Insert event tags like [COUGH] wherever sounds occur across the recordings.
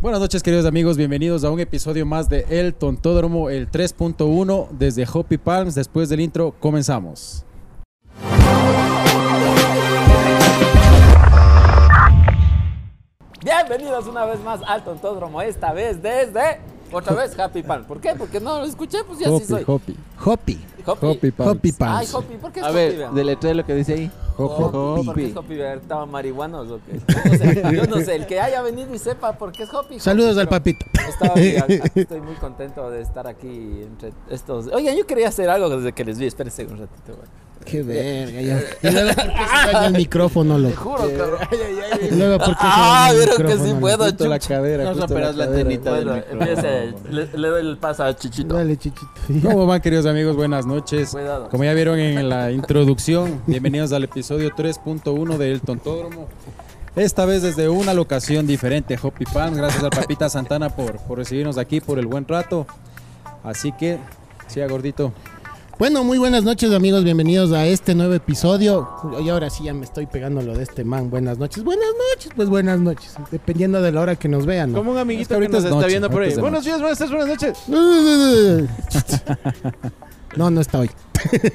Buenas noches, queridos amigos. Bienvenidos a un episodio más de El Tontódromo, el 3.1, desde Hopi Palms. Después del intro, comenzamos. Bienvenidos una vez más al Tontódromo, esta vez desde... Otra vez Happy Palms. ¿Por qué? Porque no lo escuché, pues ya sí Hopi, soy. Hopi. Hopi. Hopi. Hopi Palms. Hopi Palms. Ay, Hopi, ¿por qué es A Hopi? ver, vean? deletré lo que dice ahí. Hopi. ¿Por qué es Hopi? ¿Ver, ¿Estaban marihuanos o qué? Yo no, sé, yo no sé, el que haya venido y sepa por qué es Hopi. Saludos Hopi, al pero- papito. Estaba [LAUGHS] bien, estoy muy contento de estar aquí entre estos. Oigan, yo quería hacer algo desde que les vi. Espérense un ratito, güey. Qué verga, ya. Y luego porque se daña el micrófono, Te loco. juro, cabrón. Y [LAUGHS] luego porque se Ah, daña el vieron que sí micrófono, puedo, Justo la chucha. cadera. No justo romperás la cadera. antenita Bueno, del micrófono. empiece. le, le doy el paso a Chichito. loco. Dale, chichito. ¿Cómo van, queridos amigos? [LAUGHS] Buenas noches. Cuidado. Como ya vieron en la introducción, bienvenidos al episodio 3.1 de El Tontódromo. Esta vez desde una locación diferente, Hopi Palms. Gracias al Papita Santana por, por recibirnos aquí, por el buen rato. Así que, siga gordito. Bueno, muy buenas noches, amigos. Bienvenidos a este nuevo episodio. Y ahora sí ya me estoy pegando lo de este man. Buenas noches. Buenas noches, pues buenas noches. Dependiendo de la hora que nos vean. ¿no? Como un Es que amiguito que, ahorita nos es está noche, viendo por ahorita ahí. es de Buenos días, buenas tardes, buenas noches. [LAUGHS] No, no está hoy.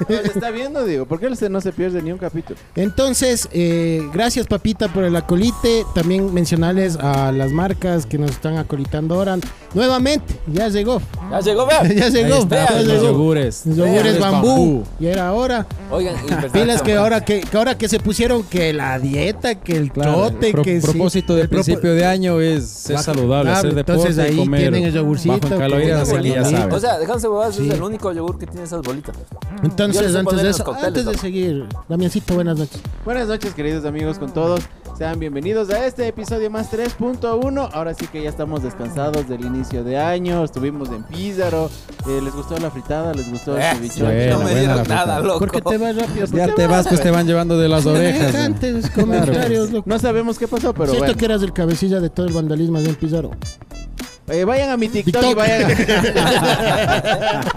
Nos está viendo, digo. ¿Por qué él se- no se pierde ni un capítulo? Entonces, eh, gracias papita por el acolite. También mencionarles a las marcas que nos están acolitando ahora. Nuevamente, ya llegó. Ya llegó, vean. [LAUGHS] Ya Ahí llegó. está, pues, ya Vean, los llegó. yogures. Los yogures Vean, bambú. Y era hora. Oigan, y pues, verdad, Pilas que cabrón. ahora que, que ahora que se pusieron que la dieta, que el Claro, el trote, pro- que sí. propósito del El propo- principio de año es ser Baja- saludable, claro, hacer deporte entonces ahí y comer tienen el yogurcito, bajo en que calorías, tiene así que ya bolita. sabes. O sea, déjense huevadas, Sí. es el único yogur que tiene esas bolitas. Yo les Entonces, sé antes poner de los eso, cócteles, antes de loco. seguir, Damiancito, buenas noches. Buenas noches, queridos amigos, con todos. Sean bienvenidos a este episodio más 3.1. Ahora sí que ya estamos descansados del inicio de año. Estuvimos en Pízaro. Eh, ¿Les gustó la fritada? ¿Les gustó el Eh, cevichón? buena, no me buena dieron la nada, puta. loco. ¿Por qué te vas rápido? ¿Por ya qué te vas, pues te van llevando de las vas? [LAUGHS] orejas. ¿no? Antes, comentarios, loco. No sabemos qué pasó, pero Siento bueno. que eras el cabecilla de todo el vandalismo de un Pizarro. Eh, vayan a mi TikTok, TikTok. [LAUGHS] y vayan a...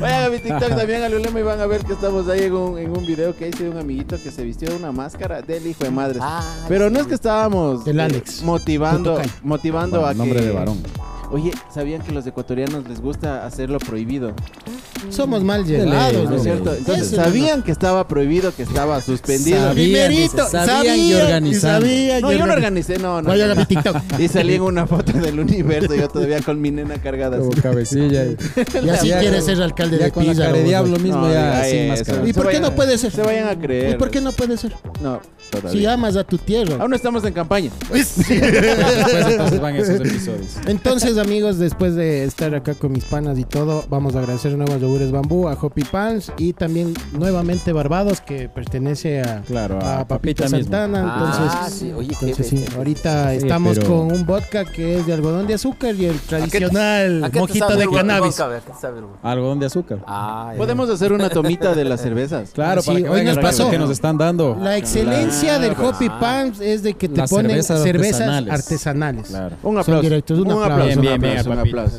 vayan a mi TikTok también a Lulema y van a ver que estamos ahí en un, en un video que hice de un amiguito que se vistió de una máscara del hijo de madres. Ah, Pero no es que estábamos Del eh, Alex. motivando, Tutucay. motivando Bueno, a nombre que... de varón. Oye, ¿sabían que los ecuatorianos les gusta hacer lo prohibido? Somos mal ley, llevados, no, ¿No loco. es cierto? Eso, Entonces, hermano. ¿sabían que estaba prohibido, que estaba suspendido? Sabían, Primerito, dice, sabían y sabían y organizaron. sabían y No, yo no organizaron. organicé, no, no. Vayan no. a mi TikTok. Y salí en una foto del universo, yo todavía con mi nena cargada. así. Como cabecilla. Y, Y así Ya, quieres ya, ser alcalde ya de con la Pizarro. cara de diablo mismo, No, ya diga sin eso. máscara. ¿Y por Se qué vayan- no puede ser? se vayan a creer. ¿Y Pues, por qué no puede ser? No, todavía. Si amas a tu tierra. Aún no estamos en campaña. Después entonces van esos episodios. Entonces, [LAUGHS] amigos, después de estar acá con mis panas y todo, vamos a agradecer nuevos yogures bambú a Hopi Pants y también nuevamente Barbados, que pertenece a, Claro, a a Papita Papita, mismo. Santana. Entonces, Ah, sí, oye, qué entonces sí, bestia. ahorita Sí, estamos pero- con un vodka que es de algodón de azúcar y el tradicional ¿a qué te mojito sabe de el vodka? cannabis. A ver, ¿qué te sabe el vodka? Algodón de azúcar. Ah, ya. Podemos hacer una tomita de las cervezas. Claro, Sí, para que hoy vean nos el pasó. pasó. que nos están dando. La excelencia del Hopi Pants es de que te Ah. Las ponen cervezas cervezas artesanales. artesanales. Claro. Un Son aplauso. directos, un aplauso. Bien, bien, un bien, aplauso, un papito. aplauso.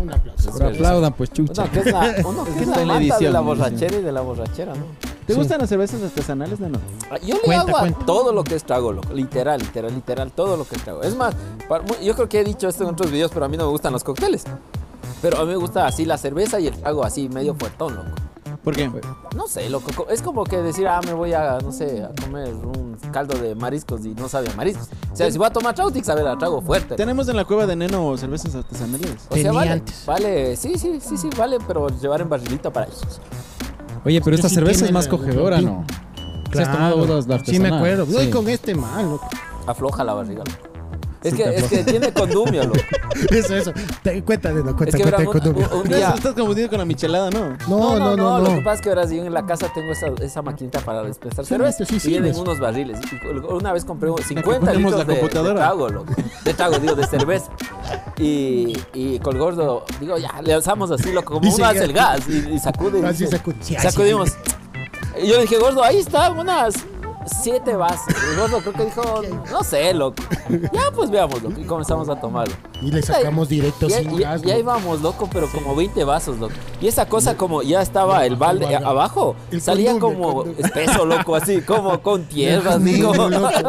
Un aplauso. Pero aplaudan, pues chucha. eh, Uno que es la, uno que es la está en la mata de la edición, en la edición. borrachera y de la borrachera, ¿no? ¿Te gustan las cervezas artesanales, Nano? Ah, Yo le Cuenta, hago a cuenta. todo lo que es trago, loco. Literal, literal, literal, todo lo que es trago. Es más, para- mu- yo creo que he dicho esto en otros videos, pero a mí no me gustan los cócteles. Pero a mí me gusta así la cerveza y el trago así, medio fuertón, loco. ¿Por qué? No sé, loco. co- Es como que decir, ah, me voy a, no sé, a comer un caldo de mariscos y no sabe a mariscos. O sea, si voy a tomar trago, tiene que saber a trago fuerte. Tenemos en la cueva de Neno cervezas artesanales. O sea, Tenía vale, antes. vale, sí, sí, sí, sí, vale, pero llevar en barrilita para Oye, pero esta sí cerveza tiene es más la- cogedora, ¿no? ¿Sí has tomado vos las- la Sí, me artesanal? acuerdo. Sí. Voy con este mal, loco. afloja la barriga. loco. Es, Sí, que, te es que tiene condumio, loco. [LAUGHS] Eso, eso. Te- cuéntale, no, Es que cuéntale, cuéntale verás, un, con tu- un- un No, día. eso estás confundido con la michelada, ¿no? No, no, no, Lo que no. pasa es que verás, yo en la casa tengo esa, esa maquinita para dispensar Sí, cerveza. sí, sí, y vienen sí, unos barriles. Y Una vez compré 50 ponemos litros la de, de computadora. trago, loco. De trago, digo, de cerveza. Y, y con el gordo, digo, ya, le alzamos así, loco, como Y uno sigue- hace el gas y, y sacude. y Así dice, sacu- sí, así. Sacudimos. Y yo le dije, gordo, ahí están unas siete vasos. El gordo creo que dijo, no sé, loco. Ya, pues veamos, loco. Y comenzamos a tomarlo. Y le sacamos directo Y, ahí- sin y- gas. y ahí loco. vamos, loco, pero como 20 vasos, loco. Y esa cosa, como ya estaba el balde a- abajo, El salía condón, el como condón. espeso, loco, así, como [LAUGHS] con tierra, así condón, como. loco.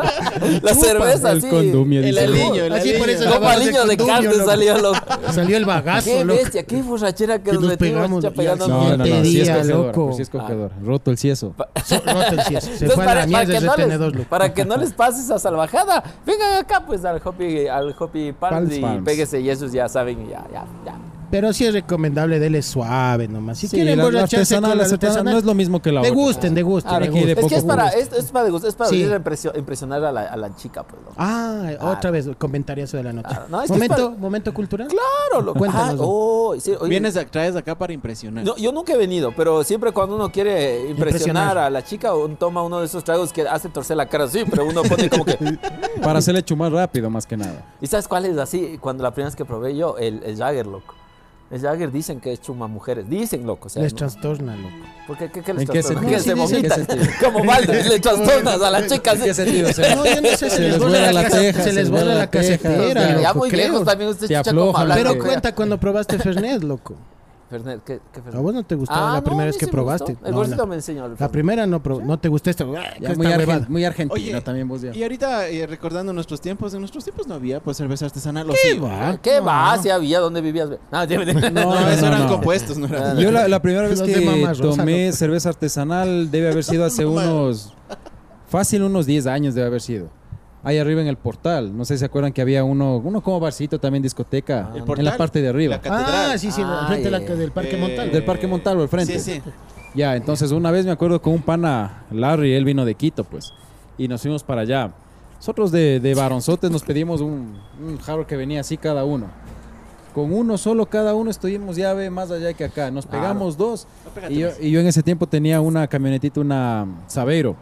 La cerveza, el así. condumio, El dice. aliño, el Así aliño. por eso la Como base aliño del de condumio, carne loco. salió, loco. Salió el bagazo, Qué loco. bestia, qué borrachera que Que nos nos metimos, pegamos, chucha, ya, pegando No, no, no, Siguiente sí es día, cogedor, loco. pues sí es cogedor. Roto el cieso. So- roto el cieso. Se Entonces, fue para, a la para mierda que ese no tenedor, les, loco. para que no les pase esa salvajada, vengan acá pues al Hopi, al Hopi Palms Palms, y Palms. péguese y esos ya saben, ya, ya, ya. Pero sí es recomendable, dele suave nomás. Si Sí, quieren la- la emborracharse artesanal, con la la artesanal artesanal, no es lo mismo que la otra. degusten, degusten, Ah, degusten. de Es poco que es para, jugo. es, es para degust- es para Sí. ir a impresio- impresionar a la, a la chica, pues. loco. Ah, otra vez, comentario de la nota. Ah, no, es que momento, es para- momento cultural. Claro, Oh, lo Cuéntanos, loco. Vienes a, traes acá para impresionar. yo nunca he venido, pero siempre cuando uno quiere impresionar, Impresionar. a la chica, uno toma uno de esos tragos que hace torcer la cara, sí, pero uno pone como que. Para hacerle chumar rápido, más que [LAUGHS] nada. ¿Y sabes cuál es así? Cuando la primera vez que probé yo, el, el Jagger, loco. El Jagger dicen que es chuma mujeres. Dicen, loco. O sea, Les no- trastorna, loco. ¿Por qué, qué, qué les ¿En qué trastorna? sentido? Que se Sí, dicen- vomitan. ¿En qué Como balde, le trastornas a las chicas. ¿Qué sentido? O sea, No, yo no sé, se Se les les vuela vuela la la casa- teja, se les vuela la teja. casetera, ya loco, muy creo. viejos también usted Te chucha como aflojan, hablando. Pero Claro. cuenta cuando probaste Fernet, loco. Fernet, ¿qué, qué Fernet? A vos no te gustaba Ah, la no, primera a vez mí que sí me probaste. gustó. El No, bolsito la, me enseñó. el la Fernet. primera no probó. No te gustó esto. Ah, ya muy, argen- arrebado. muy argentino Oye, también vos ya. Y ahorita, eh, recordando nuestros tiempos, en nuestros tiempos no había pues cerveza artesanal. o sí. Ah, Ah, ¿Qué va? Si había, ¿dónde vivías? No, ya me- No, No, eso no, eran no. compuestos, no eran. Yo la, la primera vez Los de que Mamá Rosa, tomé loco. cerveza artesanal debe haber sido [LAUGHS] hace unos... Fácil, unos 10 años debe haber sido. Ahí arriba en el portal. No sé si se acuerdan que había uno, uno como barcito también, discoteca. El en la portal, parte de arriba. la catedral. Ah, sí, sí, Ah, frente a la- ya, ya. del Parque Eh, Montal. Del Parque Montalvo, al frente. Sí, sí. Ya, entonces una vez me acuerdo con un pana, Larry, él vino de Quito, pues, y nos fuimos para allá. Nosotros de, de varonzotes nos pedimos un, un jarro que venía así cada uno. Con uno solo cada uno estuvimos ya ve más allá que acá. Nos Claro. pegamos dos. pégate Y yo, más. y yo en ese tiempo tenía una camionetita, una mm, Sabeiro.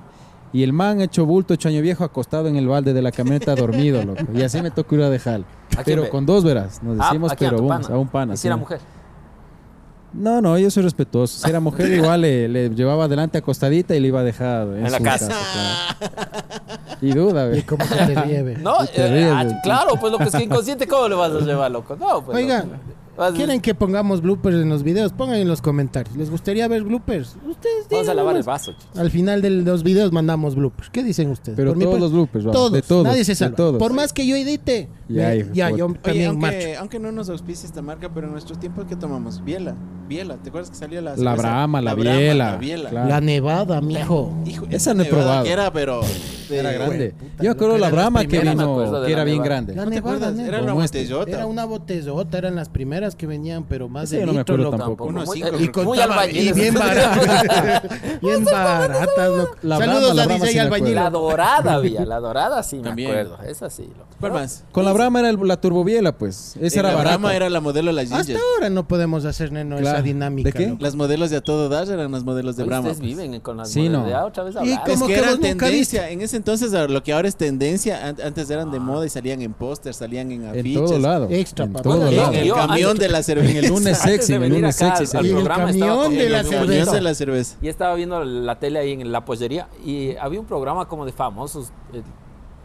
Y el man hecho bulto, hecho año viejo, acostado en el balde de la camioneta dormido, loco. Y así me tocó ir a dejar. ¿A quién Pero ve? con dos veras, nos Ah, decimos, ¿a quién? pero ¿A tu vamos, a un pana. ¿Y si sí. era mujer? No, no, yo soy respetuoso. Si era mujer, igual le, le llevaba adelante acostadita y le iba a dejar en, En la su casa. claro. Y duda, [LAUGHS] Y güey. cómo se te lleve. No, Y te eh, ríes, ah, güey. claro, pues lo que es que inconsciente, ¿cómo le vas a llevar, loco? No, pues. Oigan, loco. Vas- ¿Quieren que pongamos bloopers en los videos? Pongan en los comentarios. ¿Les gustaría ver bloopers? Ustedes Vamos a lavar el díganos. vaso, chucha. Al final de los videos mandamos bloopers. ¿Qué dicen ustedes? Pero Por mi todos parte- los bloopers, vamos, todos, de todos, Nadie se de salva. todos. Por más que yo edite, Ya, me- hijo de ya, puta. yo Oye, Oye, también macho. aunque, aunque no nos auspicia esta marca, pero en nuestros tiempos que tomamos biela, biela, ¿te acuerdas que salía la cerveza? Brahma, la Brahma, Biela, la biela. claro. La nevada, mijo. Hijo, Esa no he nevada probado. que Era, pero de- Era grande. puta, Yo me acuerdo lo que la eran las brama que primeras, me vino, acuerdo de que la era bien nevada. grande. La ¿No te nevada, acuerdas? Era negro. una Como este. botellota. Era una botellota, eran las primeras que venían, pero más Esa de yo no me litro, acuerdo loco. tampoco. Unos Muy- cinco, eh, creo que- muy Contaba- albañiles. Y bien baratas. [LAUGHS] bien baratas, loco. La Saludos brama, la a brama DJ sí me acuerdo. Albañil. La dorada, Villa, la dorada sí me También. acuerdo. Esa sí, loco. ¿Cuál más? Con la brama era el- la turbobiela, pues. Esa Eh, era la barata. Ah, Brahma era la modelo de las Hasta ginger. ahora no podemos hacer neno esa Claro. dinámica. ¿De qué? loco. Las modelos de a todo dar eran las modelos de Oye, Brahma. pues. Ustedes viven con las Sí, modelos no. de- ah, otra vez Y hablar. como- Es que que era vos nunca tendencia. En ese entonces, a lo que ahora es tendencia, an- antes eran de moda y salían en póster, salían en En afiches. todo lado. Extra, en papá. todo Bueno, En lado. el Yo, camión antes- de la cerveza. El [LAUGHS] lunes [LAUGHS] Antes de sexy, el venir lunes acá sexy. al- al sí. el programa camión estaba con- de la El cerveza. camión de la cerveza. Y estaba viendo la tele ahí en la pollería y había un programa como de famosos, el,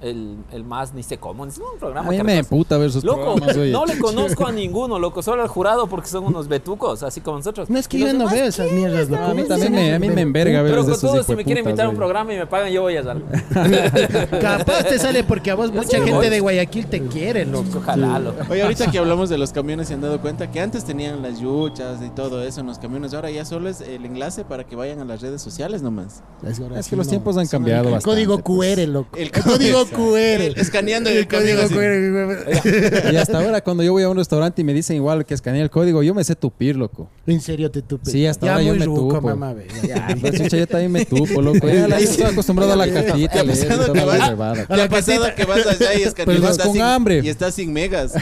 el, el más ni sé cómo, es un A programa. mí que me recuerdo. emputa ver sus Loco, programas, oye. [LAUGHS] no le conozco a ninguno, loco, solo al jurado porque son unos betucos, así como nosotros. No es que Y los yo no demás, veo esas mierdas, loco. No, a mí ¿Cómo también dicen me, a eso? mí me enverga ver Pero con esos todo, si me quieren invitar a hijueputas, un oye. programa y me pagan, yo voy a [LAUGHS] salir. Capaz te sale porque a vos mucha sé, gente voy. de Guayaquil te quiere, loco. Ojalá, loco. Oye, ahorita que hablamos de los camiones se han dado cuenta que antes tenían las yuchas y todo eso en los camiones. Ahora ya solo es el enlace para que vayan a las redes sociales nomás. Es que los tiempos han cambiado El bastante. código pues. QR, loco. El El [LAUGHS] código El- QR. escaneando el, código. [LAUGHS] así. QR. Y hasta ahora cuando yo voy a un restaurante y me dicen igual que escanea el código, yo me sé tupir, loco. En serio te tupe. Sí, hasta ahora yo muy me ruco, tupo. mamá, ve. [LAUGHS] Pues, [LAUGHS] chucha, yo también me tupo, loco. Ya, la- yo estoy acostumbrado a la cajita, leer Ya y pensando toda que la vas- huevada. [LAUGHS] ¿Te ha pasado que vas allá y escaneas Pero y vas estás con sin- hambre. y estás sin megas?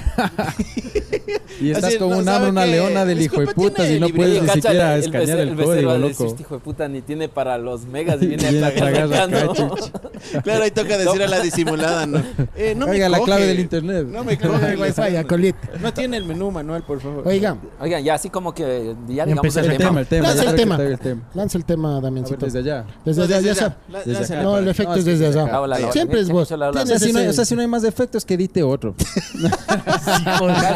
Y estás Así, con no un sabe hambre, una que- leona de hijo de disculpe, putas tiene y no librería, puedes ni cacha, siquiera el- el escanear becer- el código, va a decir, loco. "Este hijo de puta ni tiene para los megas y viene Viene a a tragar tragar acá, acá, ¿no?" chuchi. [LAUGHS] Claro, ahí toca decir a la disimulada, ¿no? Eh, no me Oiga, la coge. clave del internet. No me coge el Ay, a wifi. colita. No tiene el menú manual, por favor. Oigan, Oigan, ya así como que ya digamos empezar El tema, el tema. Lanza ya creo el que tema. está bien el tema. lanza el tema, A ver, Damiancito. desde allá. Desde, No, allá, desde ya allá. sabe. La- Desde acá. lánzala para No, el allá. efecto No, es es que desde desde allá. acá. Hola, hola, Siempre es bien, vos. hola, hola. O Tienes sea, si no, ese- o sea, si no hay más defectos que edite otro.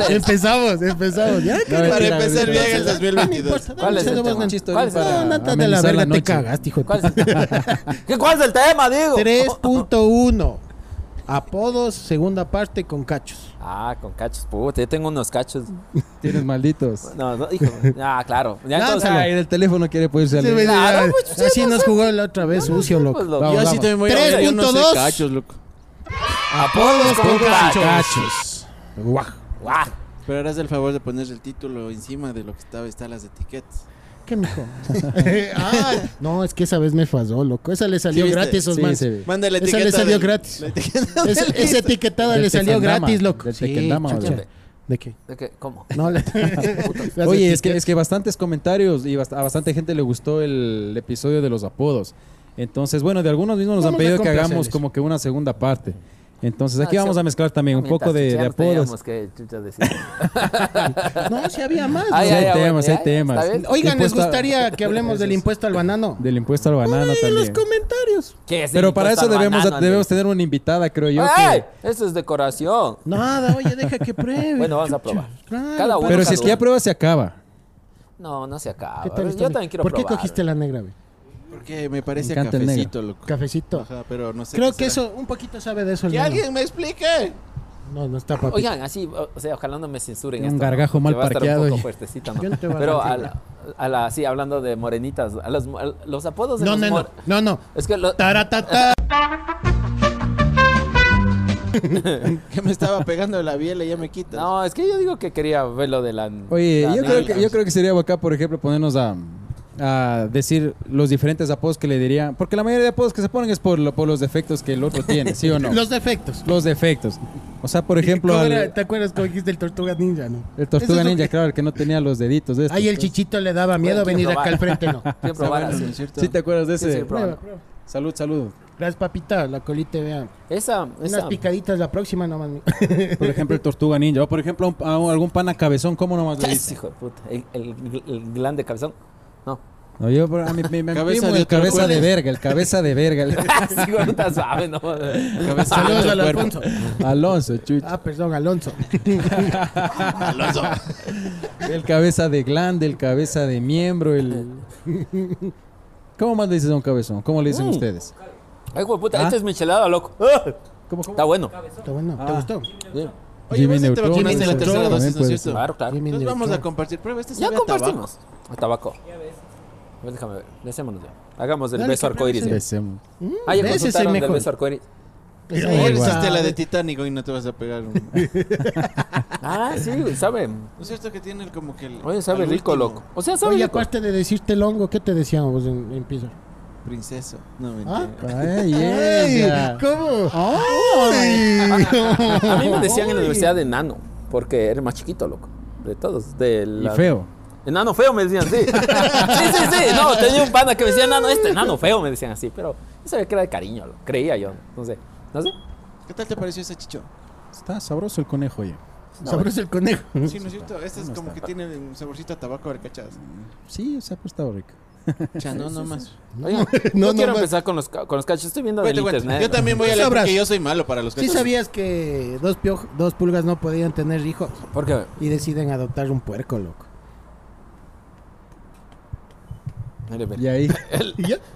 empezamos, empezamos. Ya, No, Para mentira, empezar mentira. bien el 2022. ¿Cuál es el Hacemos tema? un chiste ¿Cuál bien es el para No, nata de la amenizar verga, te noche. cagaste, hijo de ¿Cuál puta. es el tema? [LAUGHS] ¿Qué- ¿Cuál es el tema, digo? 3.1. Apodos, segunda parte con cachos. Ah, con cachos, puta, yo tengo unos cachos. Tienes malditos. No, no, hijo. Ah, claro. Ya entonces, Ay, el teléfono quiere poderse Sí, salir. me- Claro, pues, sí, Así no nos sé. jugó la otra vez, sucio, pues, loco. loco. Vamos, Yo sí vamos. también voy a Tres yo no sé punto dos. cachos, loco. Apodos con cachos. Cachos. Guau. Guau. Pero harás el favor de poner el título encima de lo que estaba, están las etiquetas. [LAUGHS] ¿Qué, mijo? Ah, [LAUGHS] no, es que esa vez me falló, loco. Esa le salió viste? gratis, Sí, Osman. sí, vi. Manda la Esa etiqueta. le salió del- gratis. la [LAUGHS] etiqueta Esa- del- esa etiquetada Del le salió tequendama, gratis, loco. del tequendama, chucha. Osman. ¿De qué? ¿De qué? ¿Cómo? No, le- [LAUGHS] las Oye, es que, etiquetas. es que bastantes comentarios y bast- a bastante gente le gustó el episodio de los apodos. Entonces, bueno, de algunos mismos nos Vamos a han pedido que complacerles. hagamos como que una segunda parte. Entonces, Ah, aquí vamos sí. a mezclar también un poco de, de Mientras apodos. Pues chucheamos, que [LAUGHS] chuchas decir. No, si había más. Ay, Sí, ¿no? ay, hay ay, temas, ay, hay ay, temas. está bien. Oigan, ¿les Impuesto a- gustaría que hablemos del impuesto al banano? Del impuesto al banano Pónganlo en los también. comentarios. ¿Qué es el Pero para impuesto eso al debemos, banano, debemos Andrés? tener una invitada, creo yo. ¡Ay! que- Eso es decoración. Nada, oye, deja que [LAUGHS] pruebe. Bueno, vamos a probar. Claro, Cada uno. Pero si cada es que ya uno. prueba, se acaba. No, no se acaba. ¿Qué tal Yo está? también quiero ¿Por qué probar. cogiste la negra, güey? Porque me parece a encanta el negro. cafecito, loco. Cafecito. Ajá, pero no sé. Creo qué que será. eso, un poquito sabe de eso. el Que nano. alguien me explique. No, no está papi. Oigan, así, o o sea, ojalá no me censuren. Un esto, gargajo ¿no? mal Que va a estar parqueado Un poco y- fuertecito, [LAUGHS] ¿no? Yo no te voy a Pero a mentir. la, a la- sí, hablando de morenitas, a los, a los apodos de No, los no, no, mor- no, no. Es que lo- [LAUGHS] Taratata. [LAUGHS] Que me estaba pegando la biela y ya me quitas. no, es que yo digo que quería ver lo de la. Oye, la yo negra. creo, que, yo creo que sería acá, por ejemplo, ponernos a, a decir los diferentes apodos que le dirían. Porque la mayoría de apodos que se ponen es por, lo- por los defectos que el otro tiene, ¿sí o no? [LAUGHS] Los Los, defectos. defectos. O sea, por ejemplo, ¿Cómo al- era? ¿Te acuerdas cómo dijiste el Tortuga Ninja, no? el Tortuga Eso es Ninja, lo que- claro, el que no tenía los deditos. estos. pues. Ahí el chichito le daba miedo Bueno, venir quiero acá al frente, [LAUGHS] no. Quiero Está probar bueno, ¿no así. es cierto? Ah, ¿Sí te acuerdas de Sí, sí, ese? probar. Prueba, prueba. salud, salud. Gracias, papita, la colita, vean. Esa, Unas esa. picaditas la [LAUGHS] próxima nomás. mi- Por ejemplo, el Tortuga Ninja. O por ejemplo, a un- a un- algún pana cabezón, ¿cómo nomás le Yes, dice? hijo de puta. El, el, el glan de cabezón. No. [LAUGHS] No, yo, pero a mi, mi- mi Cabeza primo, de el cabeza tortuga. de verga, el cabeza de verga. [LAUGHS] el- Así ahorita suave, no. [LAUGHS] Saludos al Alfonso. Alonso, chucha. Ah, perdón, Alonso. El cabeza de glande, el cabeza de miembro, el... [LAUGHS] ¿Cómo más le dices a un cabezón? ¿Cómo le dicen Mm. ustedes? Ay, hijo de puta, ¿Ah? esta es michelada, loco. ¡Ah! ¿Cómo, cómo? Está bueno. Está bueno, ¿te Ah. gustó? Sí, Oye, vos ya te vacunaste la Jimmy tercera Neutron, dosis, ¿no es también cierto? Claro, claro. Jimmy Entonces Neutron. vamos a compartir. Prueba, este Ya sabe a compartimos. A tabaco. Ya ves. A ver, déjame ver. Besémonos ya. Hagamos el Dale, beso que arcoíris. puede ya. ser? Besemos. Ah, ya Ese es el consultaron del mejor. beso arcoíris. Esa tabaco. Ayer es hiciste la- la de Titanic y no te vas a pegar. un- [LAUGHS] Ah, sí, güey, sabe. ¿No es cierto que tiene el- como que el. Oye, sabe al rico, último? loco. O sea, sabe Oye, rico. aparte de decirte el hongo, ¿qué te decían vos en, en piso? Princeso. No, ¿Ah? mentira. Ay, ella. ¿Cómo? A mí me decían en Uy. la universidad de enano, porque era el más chiquito, loco. De todos. De Y la- feo. Enano feo me decían, sí. sí, sí, sí. No, tenía un pana que me decía enano, este enano feo me decían así, pero yo sabía que era de cariño, lo creía yo. No sé. No sé. ¿Qué tal te pareció ese [LAUGHS] chicho? Está sabroso el conejo, oye. Sabroso el conejo. Sí, ¿no es cierto? Este es como que tiene un saborcito a tabaco, a [LAUGHS] ver, cachas. Sí, se ha prestado rico. Chanón nomás. Oigan, No, no, no, quiero más. empezar con los, ca- con los cachos. Estoy viendo Oye, del te cuento, internet. Yo también voy a leer Sobras. porque yo soy malo para los ¿Sí cachos. sabías que dos, pioj- dos pulgas no podían tener hijos Porque y deciden adoptar un puerco, loco? Y [LAUGHS] ahí.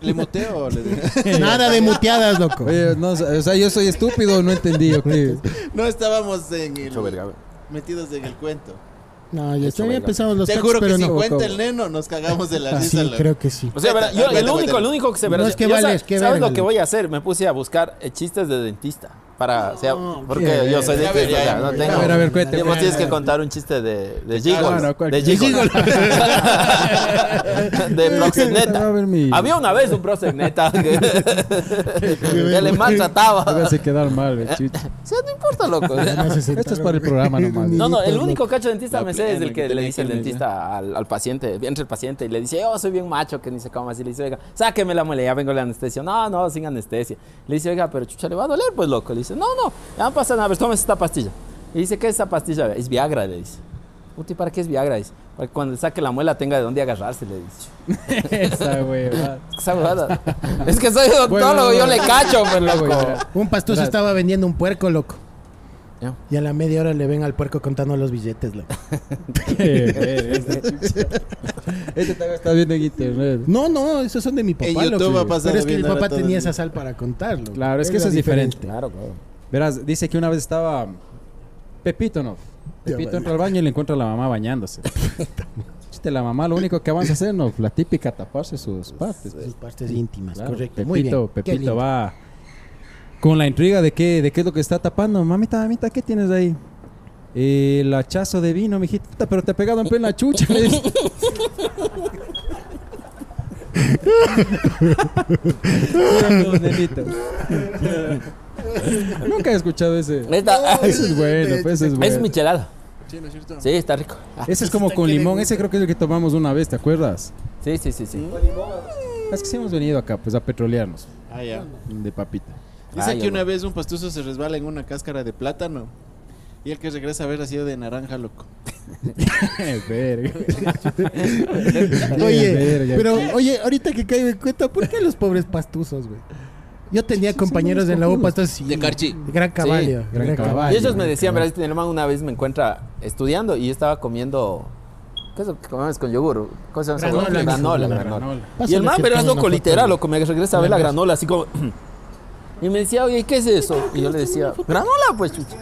¿Le muteo o [LAUGHS] le Nada de muteadas, loco. Oye, no, o sea, yo soy estúpido, no entendí. ¿o qué? [LAUGHS] No estábamos en el- metidos en el cuento. No, ya Hecho estoy verga. empezando los Te cachos, juro que pero si no. Ah, cuenta el neno, nos cagamos [LAUGHS] de la risa. Sí, loco. creo que sí. O sea, verá, yo, Cuéntale, el único, cuéntale. el único que se No, es que yo sa- vales, qué ¿Sabes verga, lo que loco. voy a hacer? Me puse a buscar eh, chistes de dentista. para, o sea, No, porque qué yo soy de A ver, o sea, ya, no ya, tengo. A ver, a ver, cuente. Y vos cuente. tienes que contar un chiste de, de Gigolo. bueno, de cualquier- Gigolo. [LAUGHS] Va de Eh, a proxeneta. ver mi- Había una vez un proxeneta [LAUGHS] que, que le Me maltrataba. hace quedar mal, eh, [LAUGHS] chucha. O sea, no importa, loco. Esto es para el programa nomás. No, no, el Niditos, único cacho dentista La me sé es plena el que que le tenía dice el que medir. dentista al, al paciente, entre el paciente y le dice, yo soy bien macho, que ni se coma así. Le dice, oiga, sáqueme la muela, ya vengo la anestesia. No, no, sin anestesia. Le dice, oiga, pero chucha, le va a doler, pues loco. Le dice, no, no, ya no pasa nada, a ver, tómese esta pastilla. Le dice, ¿qué es esta pastilla? Es Viagra, le dice. Puta, ¿y para qué es Viagra? Dice, para que cuando le saque la muela tenga de dónde agarrarse, le dice. [LAUGHS] Esa huevada. Esa huevada. [LAUGHS] es que soy odontólogo, yo le cacho, pues loco. Un pastuso Gracias. estaba vendiendo un puerco, loco. Ya. Y a la media hora le ven al puerco contando los billetes, loco. Qué ver, esa chucha. Este tal vez está viendo en internet. No, no, esos son de mi papá, En loco. YouTube ha pasado Pero es que mi viendo papá todo el tenía día. esa sal para contarlo. Claro, es que eso es diferente. Claro, claro. Verás, dice que una vez estaba Pepito, ¿no? Pepito bueno. entra al baño y le encuentra a la mamá [LAUGHS] bañándose. Chiste, la mamá lo único que avanza a hacer, ¿no? La típica taparse sus partes. pues. Sus partes íntimas, Claro, correcto. Pepito, Muy bien. Qué Pepito lindo. va con la intriga de qué, de qué es lo que está tapando. Mamita, mamita, ¿qué tienes ahí? Eh, El hachazo de vino, mijita, Puta, pero te ha pegado en plena chucha. le dice. Los nenitos. Nunca he escuchado ese. Esta- Ese es bueno, pues ese es es bueno. michelada. Sí, ¿no es cierto? Sí, está rico. Ah, Ese es como con limón, ese creo que es el que tomamos una vez, ¿te acuerdas? Sí, sí, sí, sí. Es que sí hemos venido acá, pues a petrolearnos Ah, ya. de papita. Dice Ah, que ya una no. vez un pastuso se resbala en una cáscara de plátano. Y el que regresa a ver ha sido de naranja, loco. [LAUGHS] Verga. Oye, Verga. pero oye, ahorita que caigo en cuenta, ¿por qué los pobres pastusos, güey? Yo tenía compañeros en la U, pastos sí, De Carchi. Gran caballo. Gran Caballo. Y ellos me Ay, decían, verás, mi hermano una vez me encuentra estudiando y yo estaba comiendo. ¿Qué es lo que comemos con yogur? ¿Cómo se llama? esa Granola, hueá? granola, granola, granola. granola. Y el Pásale man, que verás, tengo loco, una literal, foto. loco, me regresa a ver la Verás. granola, así como. [CLEARS THROAT] Y me decía, oye, ¿qué es eso? Y yo le decía, granola, pues, chucha.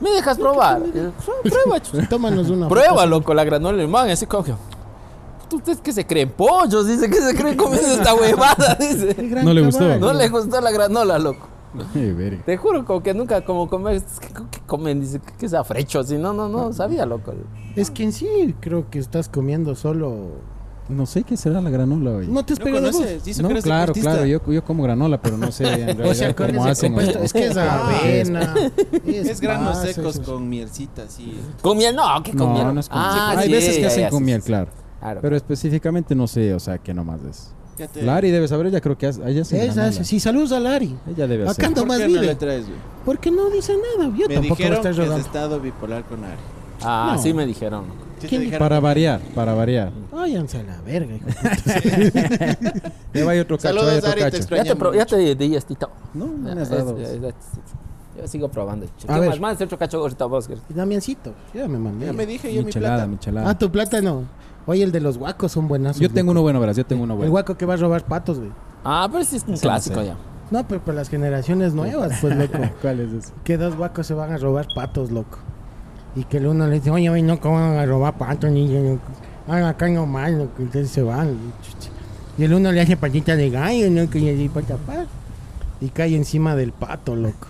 ¿Me dejas probar? Y yo, Prueba, [LAUGHS] chucha. Tómanos [LAUGHS] una. Prueba, loco, la granola, el man, así como que. "Puta, ¿Ustedes que se creen pollos? Dice, que se creen comiendo esta huevada? [LAUGHS] Dice. No le gustó. No le gustó la granola, loco. Ay, verga. Te juro, como que nunca, como comer, ¿qué, qué comen? Dice, ¿qué, qué es afrecho? Así, no, no, Ah. no, sabía, loco. Es que en sí creo que estás comiendo solo. No sé qué será la granola hoy. No te has No pegado vos. conoces, dice No, que eres claro, deportista. claro, yo, yo como granola, pero no sé en realidad O sea, cómo Ah, ¿cuál es el hacen. compuesto? [LAUGHS] Es que es avena. Es granos masa, secos eso es- con mielcita, sí. ¿Con miel? No, ¿qué con miel? No, no es con miel. Ah, Hay sí, veces que ya, hacen ya, con sí, miel, sí, sí. claro. Claro. Pero específicamente no sé, o sea, qué nomás es. Ya te- Lari debe saber, ella creo que hace, ella hace Esa, granola. esa. Sí, saludos a Lari. Ella debe Acá hacer. ando ¿Por más qué no le vive. traes, güey? Porque no dice nada. Yo Me tampoco me dijeron que estoy has rodando. estado bipolar con Ari. Ah, No. sí me dijeron. Sí te ¿Quién- dijeron? Para variar, para variar. Váyanse a la verga, hijo. [LAUGHS] Ya hay otro cacho, hay Saludos, otro Ari, te cacho. Ya extrañamos. te, pro- ya te di estito. No, no me has Ya, dado. es- es- es- Yo sigo probando. chucha. A ¿Qué ver. más? Más otro cacho ahorita vos. que- Y Damiancito, ya me mandé. Ya me dije yo mi Michelada, plata. michelada. Ah, tu plátano. Oye, el de los guacos son buenazos. Yo tengo uno bueno, verás, yo tengo uno güey. El bueno. guaco que va a robar patos, güey. Ah, pero sí es un Eso no clásico sé. ya. No, pero para las generaciones nuevas, pues, loco. [LAUGHS] ¿Cuál es ese? que dos guacos se van a robar patos, loco. Y que el uno le dice, oye, oye, no, ¿cómo van a robar patos, niño? No, Ay, "Ah, acá no mal, loco. Entonces se van. chucha. Y el uno le hace patita de gallo, ¿no? Que le para tapar. Y cae encima del [LAUGHS] pato, loco.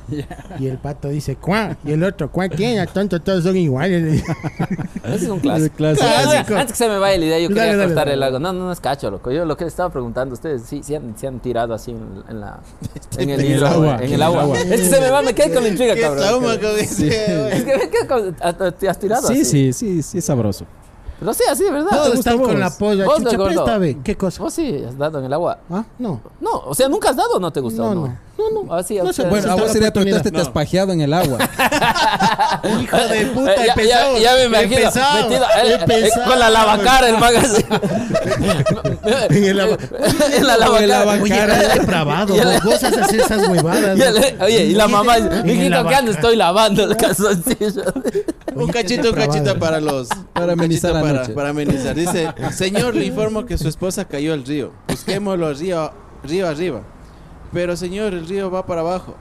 Y el pato dice, ¿cuá? Y el otro, ¿cuá? ¿Quién? A Tonto, todos son iguales. [LAUGHS] "Ah, le dice. [LAUGHS] Ese es un clásico. clásico. Ah, Clásico. Antes que se me vaya la idea, yo Dale, quería dale, cortar dale. el algo. No, no, no es cacho, loco. Yo lo que les estaba preguntando, ustedes sí, sí han, sí han tirado así en, [LAUGHS] en la. En el, En el hidro- agua. En el agua. Es que se me va, me quedé con la intriga, Qué trauma, cabrón. como [LAUGHS] dice, güey. Es que me quedé con. ¿Te has- te has tirado Sí, así? sí, sí, sí, es sabroso. Pero sí, así de verdad. Todos gusta están con vos? la polla. Vos, Chucha, gordo. presta, ve. ¿Qué cosa? Vos sí has dado en el agua. Ah, no. No, o sea, nunca has dado o no te gustó. No, No, no. no. no. Así, No o se sea, Bueno, Esa a es vos la sería tu oportunidad. te has No. pajeado en el agua. Hijo de Eh, puta, ya, empezamos. ya- ya me imagino. Empezamos. metido, eh, eh, Empezamos. con la lavacara, el magazine. En el lava- en la En el lavacara. lavacara. Oye, [LAUGHS] eres depravado. Ya Vos le- vos haces [LAUGHS] esas huevadas. Y ¿no? el- Oye, y la Oye, mamá en dice, el mijito, ¿qué lavacara. ando? Estoy lavando el calzoncillo. Un Pues Oye, cachito, qué un cachito depravado. [LAUGHS] para los. un amenizar cachito la para, noche. para [LAUGHS] amenizar. Dice: Señor, le informo que su esposa cayó al río. Busquémoslo río, río arriba. Pero señor, el río va para abajo,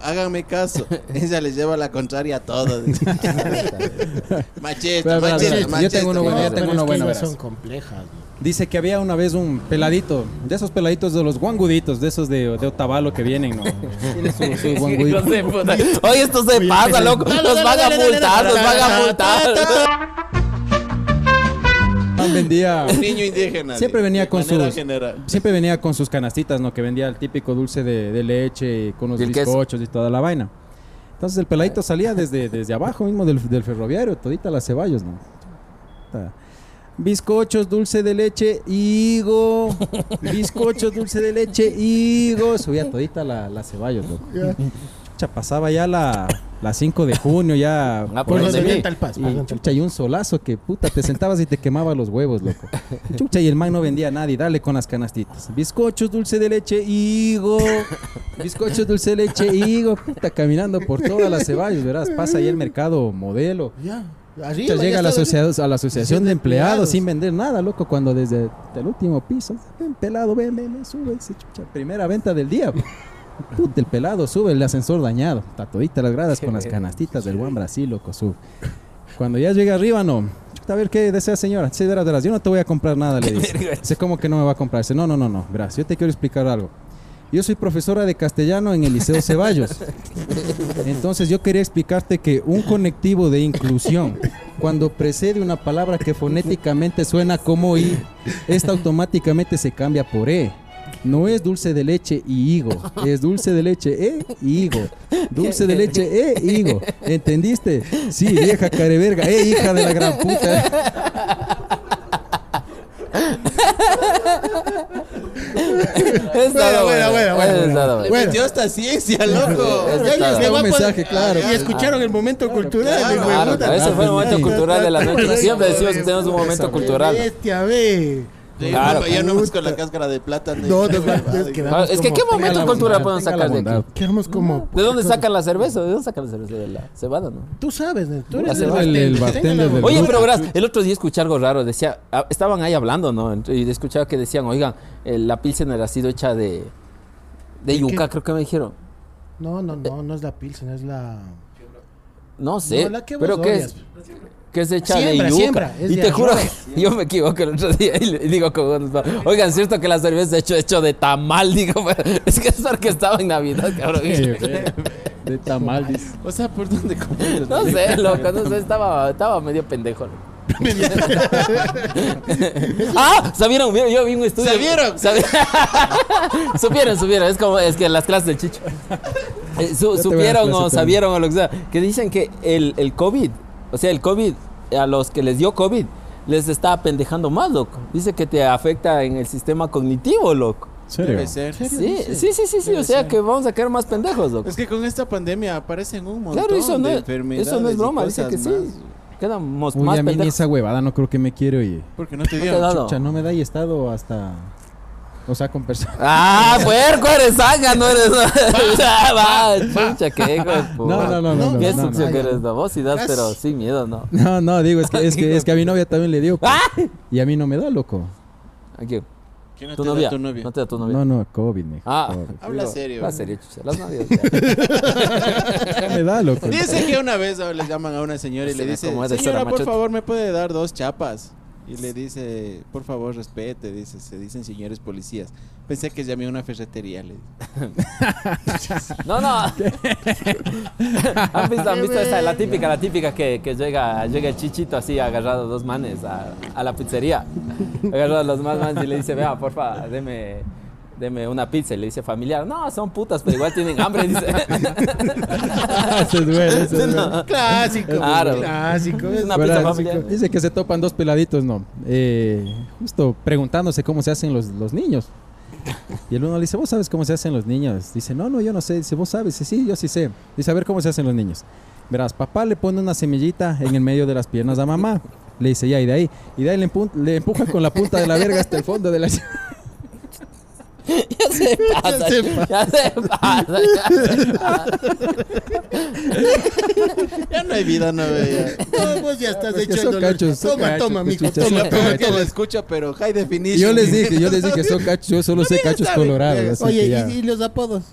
[LAUGHS] háganme caso. Ella les lleva la contraria a todos. machista, Espera, espera, espera. machista, Yo machista. tengo uno bueno, ya machista. tengo uno bueno, verás. son complejas. Dice que había una vez un peladito, de esos peladitos de los guanguditos, de esos de, de Otavalo que vienen, ¿no? Tiene su, su guangudito. Hijos de puta. Oye, esto se pasa, loco. Nos van a multar, nos van a multar. Pan vendía, Un niño indígena. Siempre de- venía de con manera sus- general. siempre venía con sus canastitas, ¿no? Que vendía el típico dulce de, de leche y con los Y el queso. bizcochos y toda la vaina. Entonces el peladito salía desde, desde abajo mismo del, del ferroviario, todita las ceballos, ¿no? Ta- Bizcochos, dulce de leche, [LAUGHS] higo. Bizcochos, dulce de leche, higo. Subía todita la, la ceballos, loco. Chucha, pasaba ya la, la 5 de junio, ya. Ah, por pues, donde sí. vi. Tal Paz, Y chucha, y un solazo que puta, te sentabas y te quemaba los huevos, [LAUGHS] loco. Chucha, y el man no vendía a nadie, dale con las canastitas. Bizcochos, dulce de leche, higo. Bizcochos, dulce de leche, higo. Puta, caminando por todas las ceballos, verás. Pasa ahí el mercado modelo. Ya. Entonces llega a la, asocia- a la asociación de de empleados, empleados. sin vender nada, loco, cuando desde el último piso, ven pelado, ven, ven, ven, sube, dice, chucha, primera venta del día. [LAUGHS] Puta, el pelado sube, el ascensor dañado, tatuita las gradas con las canastitas del Juan Brasil, loco, sube. Cuando ya llega arriba, no. Chuta, a ver qué desea, señora. Sí, verás, verás, yo no te voy a comprar nada, [LAUGHS] le dice. Sé como que no me va a comprar. Dice, no, no, no, no, verás, yo te quiero explicar algo. Yo soy profesora de castellano en el Liceo Ceballos. Entonces yo quería explicarte que un conectivo de inclusión, cuando precede una palabra que fonéticamente suena como I, esta automáticamente se cambia por E. No es dulce de leche y higo, es dulce de leche E y higo. Dulce de leche E higo. ¿Entendiste? Sí, vieja careverga, eh, hija de la gran puta. Es nada Bueno, bueno, bueno, Es bueno. nada bueno. Bueno. Metió esta ciencia, loco. Es- Ya les Claro. llegó Un a poner- mensaje, claro. Y escucharon el momento cultural. claro, hijo de Claro, puta. claro, ese fue el momento Ah, cultural de la noche. Siempre decimos que tenemos un momento Qué cultural. Bestia, ve. Sí, Claro. no, ya no vamos con la cáscara de plátano. No, [LAUGHS] de verdad, Ah, Es que, ¿qué Tenga como- momento la cultural bondad, podemos tenga la sacar de bondad. aquí? Quedamos como. ¿De dónde sacan la cerveza? ¿De dónde sacan la cerveza? ¿De la cebada, no? Tú sabes, ¿no? tú eres Hace falta el bartender del- Oye, pero Chuta, verás, el otro día escuché algo raro, decía, ah, estaban ahí hablando, ¿no? Ent- Y escuchaba que decían, oigan, eh, la pilsener ha sido hecha de, de yuca, creo que me dijeron. No, no, no, no es la pilsen, es la. No sé, No, la que vos pero ¿qué es? odias. Que es hecha Siembra, de yuca. siembra, es y de te juro arroz. que yo me equivoco el otro día y, le- y digo, como, oigan, es cierto que la cerveza hecho, hecho de tamal, digo, [LAUGHS] pero es que es porque estaba en Navidad, cabrón. De tamal, dice. O sea, ¿por dónde comes? No [LAUGHS] sé, loco, no sé, estaba, estaba medio pendejo. loco. [LAUGHS] ah, ¿sabieron? Vieron, Yo vi un estudio. ¿Sabieron? Sabi- [LAUGHS] supieron, supieron. Es como es que las clases del [LAUGHS] chicho. Eh, su- voy a supieron dar o clase sabieron o lo que sea. Que dicen que el, el COVID, o sea, el COVID, a los que les dio COVID, les está apendejando más, loco. Dice que te afecta en el sistema cognitivo, loco. ¿En serio? Debe ser. Sí, sí, sí, sí, sí. O sea, que vamos a quedar más pendejos, loco. Es que con esta pandemia aparecen un montón Claro, eso no, de es- enfermedades. eso no es y broma, dice cosas que sí. más. Quedamos Uy, más a mí ni pendejos. esa huevada no creo que me quiero ir. Porque no te te dieron. da- Chucha, no me da y estado hasta. O sea, con [LAUGHS] personas. Ah, puerco eres saca, [LAUGHS] no eres. Ah, [LAUGHS] Va, chucha, qué hijo de puta. No, no, no, no, no, Qué no, sucio no. que eres, no. Vos sí das, Casi. pero sin miedo, no. No, no, digo, es que, es [LAUGHS] que, es que a mi novia también le dio. pues. Ah. Y a mí no me da, loco. Aquí, ¿Quién no tu te da novia. tu novia? No te da tu novia. No, no, COVID, mijo. Ah, COVID. Habla serio. Habla serio, chucha. Las novias. [LAUGHS] ya. No me da, [LAUGHS] loco. [LAUGHS] Dice que una vez ah, le llaman a una señora y Se le me dice, acomoda esta señora, por machote". favor, ¿me puede dar dos chapas? Y le dice, por favor, respete, dice, se dicen señores policías. Pensé que llamé a una ferretería. Le dice. [LAUGHS] No, no. ¿Han visto, han visto esa? La típica, la típica que, que llega, llega el chichito así agarrado dos manes a, a la pizzería. Agarrado a los más manes y le dice, vea, porfa, deme, deme una pizza. Y le dice familiar, no, son putas, pero igual tienen hambre. Dice. [LAUGHS] Eso es bueno, [LAUGHS] eso es bueno. Clásico. Claro. Clásico. [LAUGHS] es- Una Verás, pizza familiar. dice que se topan dos peladitos, no. Eh, justo preguntándose cómo se hacen los, los niños. Y el uno le dice, ¿vos sabes cómo se hacen los niños? Dice, no, no, yo no sé. Dice, ¿vos sabes? Dice, sí, yo sí sé. Dice, a ver cómo se hacen los niños. Verás, papá le pone una semillita en el medio de las piernas a mamá. Le dice, ya, y de ahí. Y de ahí le, empun- le empuja con la punta de la verga hasta el fondo de la... Ya se pasa. se Ya se pasa. [LAUGHS] [LAUGHS] Ya no hay vida, [LAUGHS] no veo. No, vos ya estás Porque hecho son el dolor. cachos, son Toma, cachos, toma, pues, mijo. chucha, Toma, son toma, La que lo toma. escucha, pero high Y definition. [LAUGHS] yo les dije, yo les dije, son cachos, yo solo sé cachos colorados. así que Oye, ya. ¿y, y los apodos?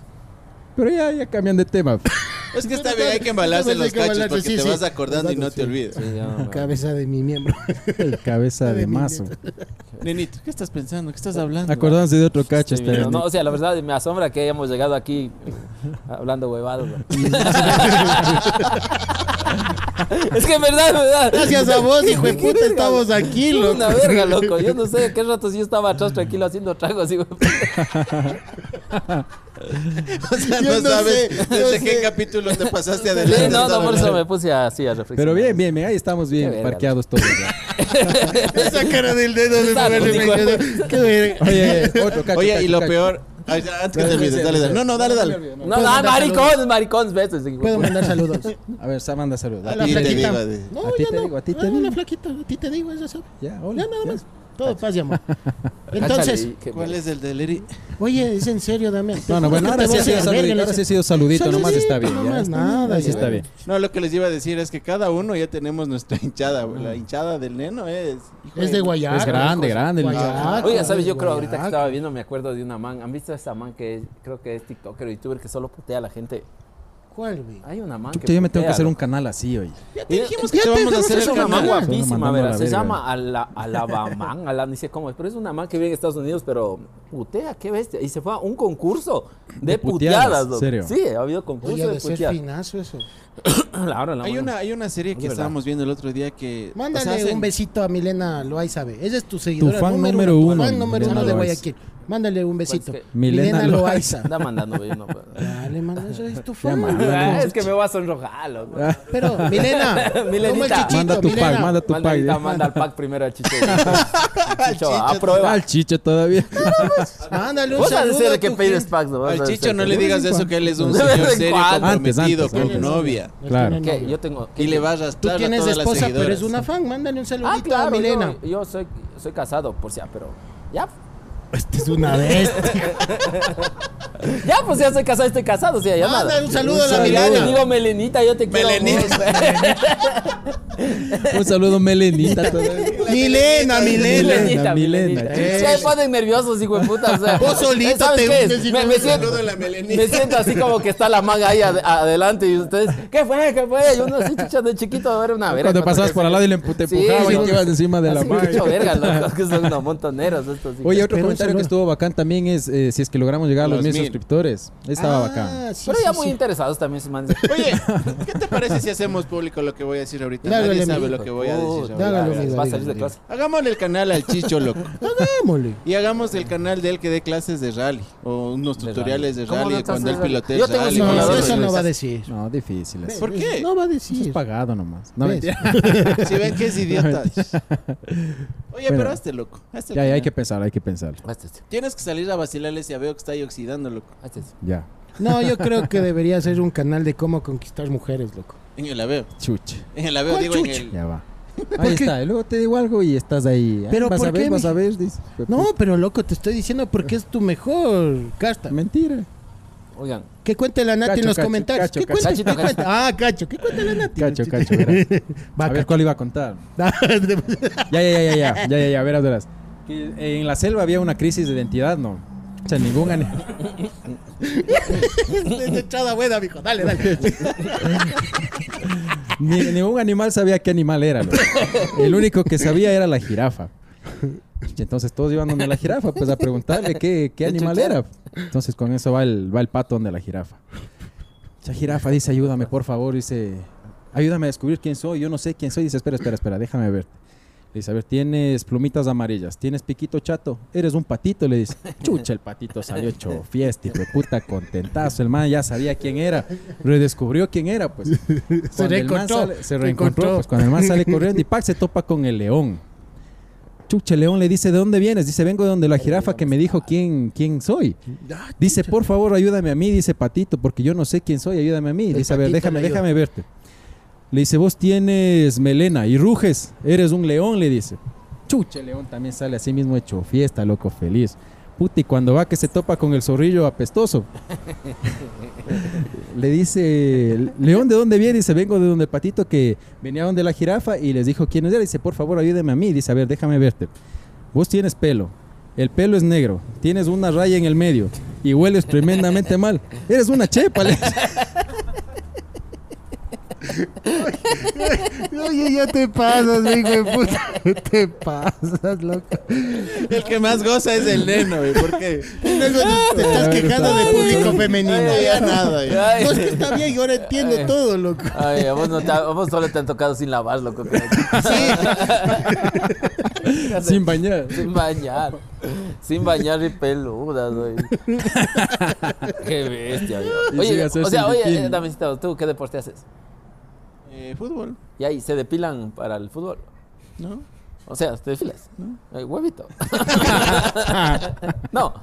Pero ya, ya cambian de tema. Es que está bien, hay que embalarse Sí, los sí, cachos embalarse, porque sí, te sí. vas acordando y no te olvidas. Sí, ya, güey. Cabeza de mi miembro. El cabeza de de mi mazo. Nenito, ¿qué estás pensando? ¿Qué estás hablando? Acordándose de otro cacho. Sí, este, no, no, o sea, la verdad me asombra que hayamos llegado aquí eh, hablando huevados. [LAUGHS] güey. es que en verdad, en verdad. Gracias a vos, hijo de puta, estamos aquí, Una verga, loco. Yo no sé qué ratos yo estaba atrás tranquilo haciendo tragos. Y, O sea, [LAUGHS] Yo no, no sabes sé, yo desde qué sé. capítulo te pasaste adelante. Sí, no, no, estaba por eso hablando. me puse así a reflexionar. Pero bien, bien, bien, ahí estamos bien Qué verga. parqueados todos. ya. Esa cara del dedo de Está duele, bonito. me quedó- Qué verga. [LAUGHS] Oye, otro cacho. Oye, cacho, y lo cacho. peor. Ay, ya, Antes que te olvides, dale, dale. No, no, dale, dale. No, no, mandar maricones, maricones, besos. Puedo mandar saludos. [LAUGHS] A ver, Sam, manda saludos. A A la Y te flaquita. digo, de- No, A ti ya te no. digo, a ti te Ah, digo. La flaquita, a ti te digo, esa sabe. Ya, hola. Ya nada ya. más. Todo paz [LAUGHS] y amor. Entonces, ¿Cuál es el del Eri? oye, es en serio, dame. No, no, bueno, ahora sí ha sido saludito, ahora sí ha sido saludito, nomás está bien. ya, Nomás nada. ahí sí ya. está bien. Bueno. No, lo que les iba a decir es que cada uno ya [LAUGHS] tenemos nuestra hinchada. güey. La hinchada del neno es. hijo Ah. Es de Guayaco. Es grande, hijo, grande el- Guayaco, Oiga, ¿sabes? Yo de creo ahorita que Guayaco. ah. estaba viendo, me acuerdo de una man. ¿Han visto esta man que es- creo que es TikToker o youtuber que solo putea a la gente? ¿Cuál, güey? Hay una man Chuta, yo me tengo que putea, hacer un loco. canal así hoy. Ya te dijimos que Ya te te vamos a dejamos hacer Ah, Es el eso, una man canal. Estamos guapísima, mandando a verás. la Se verga. llama Ala- Alabamán, [LAUGHS] Ala, ni sé cómo es, pero es una man que vive en Estados Unidos, pero putea, qué bestia. Y se fue a un concurso de, De puteadas, puteadas, loco. serio. Sí, ha habido concurso Oye, de de ser puteadas. finazo eso. Ahora [LAUGHS] la Hay buena- una, hay una serie que Es verdad. estábamos viendo el otro día que. o sea, Mándale hacen- un besito a Milena Loaizabe. Esa es tu seguidora. fan número tu uno, Fan número Milena uno de Loaiza. Guayaquil. Mándale un besito. Pues es que- Milena [LAUGHS] Anda mandando, güey, no, pero- Dale, manda, eso es tu Ya, fan. manda. Ah, es que me voy a sonrojar, loco. [LAUGHS] Pero, Milena, como el Milenita. chichito, Manda tu Milena. pack, manda tu Manda, pack. ahorita ya. manda el pack primero al chicho. Al chicho, a prueba. Ah, el chicho todavía. [LAUGHS] Mándale un Vos has de saludo. ser el a que tu pides gente. packs, ¿no? Vas Al a ser Chicho no que- le digas eso, que él es un De vez señor en serio cuando. comprometido Antes, antes, con novia. No pues. Claro. tiene ¿Qué? novio. Yo tengo. Y le va a arrastrar Tú a tienes todas las esposa, pero seguidoras. eres una fan. Mándale un saludito Ah, a claro, Milena. yo, yo soy, soy casado, por si. ah, Pero. Ya, Esta es una bestia. [LAUGHS] ya, pues ya soy casado, estoy casado, o sea, ya nada. Mándale un saludo a la saludo. Yo Milena. digo, Melenita, yo te quiero. Melenita. [LAUGHS] [LAUGHS] vos. Un saludo, Melenita. todavía. Milena, Milena. Milena, Milena, Sí, me ponen nerviosos, hijo de puta. O sea, Vos solito ¿sabes te qué es? hundes y me, no me me siento, la melenita. me [LAUGHS] siento así como que está la manga ahí ad- adelante. Y ustedes, ¿qué fue? ¿Qué fue? Yo no sé, chucha, de chiquito era una verga. Cuando pasabas por al lado y le empu- te Sí, empujabas y no. te ibas encima de la Así que madre. hecho verga, loco, que son unos montoneros estos. hijos. Oye, otro Pero un comentario saludo. que estuvo bacán también es eh, si es que logramos llegar a los, Los mil mil. suscriptores. Estaba bacán. Ah, sí, pero sí, ya sí. muy interesados también se mandan. Oye, ¿qué te parece si hacemos público lo que voy a decir ahorita? Dale, Nadie dale, sabe mijo. lo que voy a decir Puta, ahorita. Dale, ya, amigo, Va a dale, salir de dale. clase. Hagámosle el canal al Chicho, loco. Hagámosle. Y hagamos el canal de él que dé clases de rally. O unos De tutoriales de rally. ¿Cómo rally, no de cuando él clases de rally? pilotea Yo tengo rally. un con No, simulador las eso no va a reglas. decir. No, difícil. Eso. ¿Por qué? No va a Eso es decir. pagado nomás. No, ¿Ves? mentira. Si ven que es idiota. Oye, pero Bueno. hazte, loco. hazte el Ya, ya, hay que canal. pensar, hay que pensar. Hazte esto, Tienes que salir a vacilarles y a veo que está ahí oxidando, loco. hazte esto. Ya. [LAUGHS] No, yo creo [LAUGHS] que debería ser un canal de cómo conquistar mujeres, loco. En el aveo. Chuch. [LAUGHS] En el aveo, ¿Cuál digo, chucho? en el... Ya [LAUGHS] va. qué? Ahí está. Y luego te digo algo y estás ahí. Ay, Pero vas ¿por a ver, qué, vas mija? a ver. "Pues, dice. No, pero loco, te estoy diciendo porque es tu mejor carta. pues, Mentira. Oigan, Que cuente la Nati Cacho, en los cacho, comentarios. cacho, ¿Qué cacho. cuenta? Cachito, ¿Qué cuenta? Ah, cacho, ¿qué cuenta la Nati? Cacho, cacho, [LAUGHS] verás. Va, A ver cuál iba a contar. cacho. Ya, ya, ya, ya, ya, ya, ya, ya, verás, verás. Que en la selva había una crisis de identidad, ¿no? O sea, ningún ani- [LAUGHS] [LAUGHS] Es echada buena, mijo. Dale, dale. ni- ningún animal sabía qué animal era. loco. El único que sabía era la jirafa. Y Entonces todos iban donde la jirafa, pues a preguntarle qué, qué animal era. Entonces con eso va el, va el pato donde la jirafa. La jirafa dice, ayúdame, por favor, dice, ayúdame a descubrir quién soy, yo no sé quién soy. Dice, espera, espera, espera, déjame ver. Le dice, a ver, tienes plumitas amarillas, tienes piquito chato, eres un patito, le dice. Chucha, el patito salió hecho fiesta, hijo de puta, contentazo. El man ya sabía quién era, redescubrió quién era, pues. Cuando el man reencontró, sale- se se reencontró. encontró. Pues cuando el man sale corriendo [LAUGHS] y pac, se topa con el león. Chucha, el león le dice, ¿de dónde vienes? Dice, vengo de donde la jirafa que me dijo quién, quién soy. Dice, por favor, ayúdame a mí, dice Patito, porque yo no sé quién soy, ayúdame a mí. Dice, a ver, patito déjame, le ayuda. déjame verte. Le dice, vos tienes melena y ruges, eres un león, le dice. Chuche, el león también sale así mismo hecho fiesta, loco, feliz. Puta, y cuando va que se topa con el zorrillo apestoso, [LAUGHS] le dice, León, ¿de dónde viene? Dice, vengo de donde el patito que venía donde la jirafa y les dijo quién era. Dice, por favor, ayúdeme a mí. Dice, a ver, déjame verte. Vos tienes pelo, El pelo es negro, tienes una raya en el medio y hueles tremendamente mal. Eres una chepa, le- Oye, ya te pasas, hijo de puta. [LAUGHS] Te pasas, loco. [LAUGHS] El que más goza es el neno, güey. Ah, ¿Por qué? Luego te estás quejando del público femenino. Ya nada. ya. Ay. No es que está bien, yo ahora entiendo Eh, todo, loco. Ay, a vos, no te, a vos solo te han tocado sin lavar, loco. que- sin bañar. Sin bañar. Sin bañar y peludas, güey. Qué bestia, güey. Y sigue Oye, hacer o sea, sin oye, bikini. eh, Damisito, ¿tú qué deporte haces? Eh, fútbol, Y ahí se depilan para el fútbol. ¿no? O sea, te defilas. [LAUGHS] Eh, huevito. no.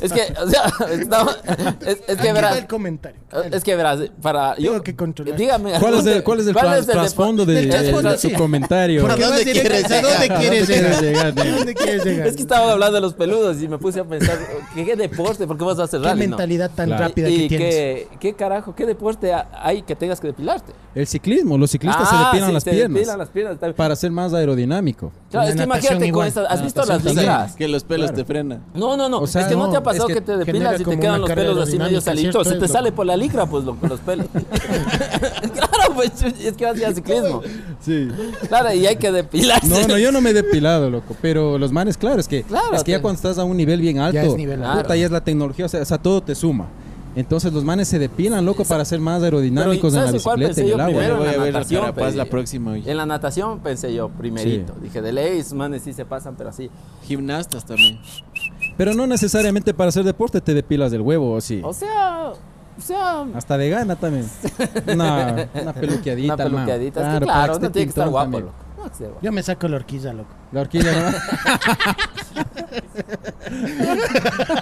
Es que, o sea, estamos- es, es Aquí que está verás. el comentario. Es que verás, para. Tengo que controlar. Dígame. ¿Cuál es el, cuál es el tras- depo- trasfondo de, del trasfondo, de sí. su comentario? Porque ¿A vas dónde directo- ¿A quieres dónde dónde quieres quieres llegar? llegar, ¿A nene? dónde quieres llegar? Es que estaban hablando de los peludos y me puse a pensar, ¿qué, qué deporte? ¿Por qué vas a hacer Qué rally? no? mentalidad tan Claro. rápida y, que y tienes. qué, qué carajo, qué deporte ha- hay que tengas que depilarte. El ciclismo, los ciclistas se Ah, depilan sí, las se piernas depilan las piernas. está bien. para ser más [LAUGHS] aerodinámico. Claro, La es que natación imagínate con igual. estas. ¿Has La visto las natación también. desgradas? Que los pelos te frenan. No, no, no. O sea, es que no, te ha no, pasado es que que, te genera depilas y como te una quedan los carga pelos así medio aerodinámica, salitos. Se ¿cierto? te Es sale loco. por la licra, pues, lo- los pelos. [LAUGHS] claro, pues, es que hacía ciclismo. Sí. Claro, y hay que depilarse. No, no, yo no me he depilado, loco. Pero los manes, claro, es que, Claro, es que ya te- cuando estás a un nivel bien alto, es nivel puta, alto. ya es la tecnología, o sea, o sea, todo te suma. Entonces los manes se depilan, loco, para ser más aerodinámicos en ¿sabes la en cuál bicicleta y pensé en el yo agua. primero? Bueno, voy la a ver la natación, carapaz pedí. la próxima, oye. En la natación pensé yo primerito. Dije, de ley, esos manes sí se pasan, pero así. Gimnastas también. Pero no necesariamente para hacer deporte te depilas del huevo, ¿o sí? O sea, o sea, Hasta de gana también. [LAUGHS] Una, una peluqueadita, una peluqueadita. Es que claro, no tiene que estar guapo. loco. No, que esté guapo. Yo me saco la horquiza, loco. La horquilla, [LAUGHS] ¿no?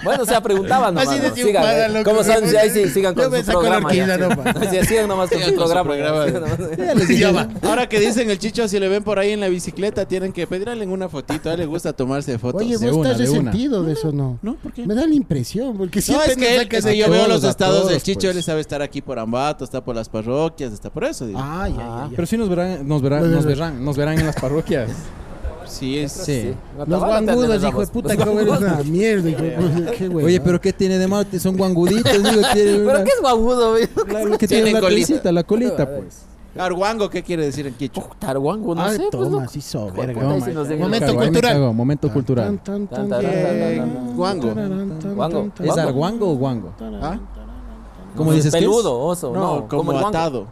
Bueno, o sea, preguntaban nomás. Así ¿no? decía un Sigan, pana, eh. loco. Como saben, si ahí sí, sigan Yo con me su saco la programa. ya. horquilla, no, [LAUGHS] pa. O sea, sigan nomás con Sigan su con su programa. programa. sigan nomás. Ya les dije, Ya va. Ahora que dicen el chicho, si le ven por ahí en la bicicleta, tienen que pedirle una fotito. A él le gusta tomarse fotos. Oye, de vos una, estás de una. resentido de eso, ¿no? ¿No? ¿Por qué? Me da la impresión, porque No, siempre es que nos él, que sacas sé de- yo veo los todos, a estados del todos, chicho, pues. él sabe estar aquí por Ambato, está por las parroquias, está por eso. digo. Ah, ya, Ah. ya, ya. Pero sí nos verán, nos verán, nos verán, nos verán en las [LAUGHS] parroquias. sí, es. Sí. Guatabala Los tenés, guangudos, hijo de vamos. [LAUGHS] puta, que eres una mierda, hijo de puta. Qué güey. Oye, pero ¿qué tiene de malo? Son guanguditos, digo, tiene [LAUGHS] ¿Pero una- qué es guangudo, güey? [LAUGHS] claro, lo que tiene, Tiene la colita. colita, la colita, pues. Arguango, ¿qué quiere decir en chicho? Targuango, no Ah, sé, pues toma, no. sí, so, Hijo de verga. puta, ahí No, sí man. nos llegan. Momento Cago, ahí me cultural. cago, momento cultural. Tan, tan, tan, Tan, tan, tan, tan, tan, tan. Guango. Tan, tan, Guango. tan, tan. ¿Es ¿Guango? arguango o guango? ¿Ah? ¿Cómo dices que es? Peludo, oso. No, No, como, el guango. atado.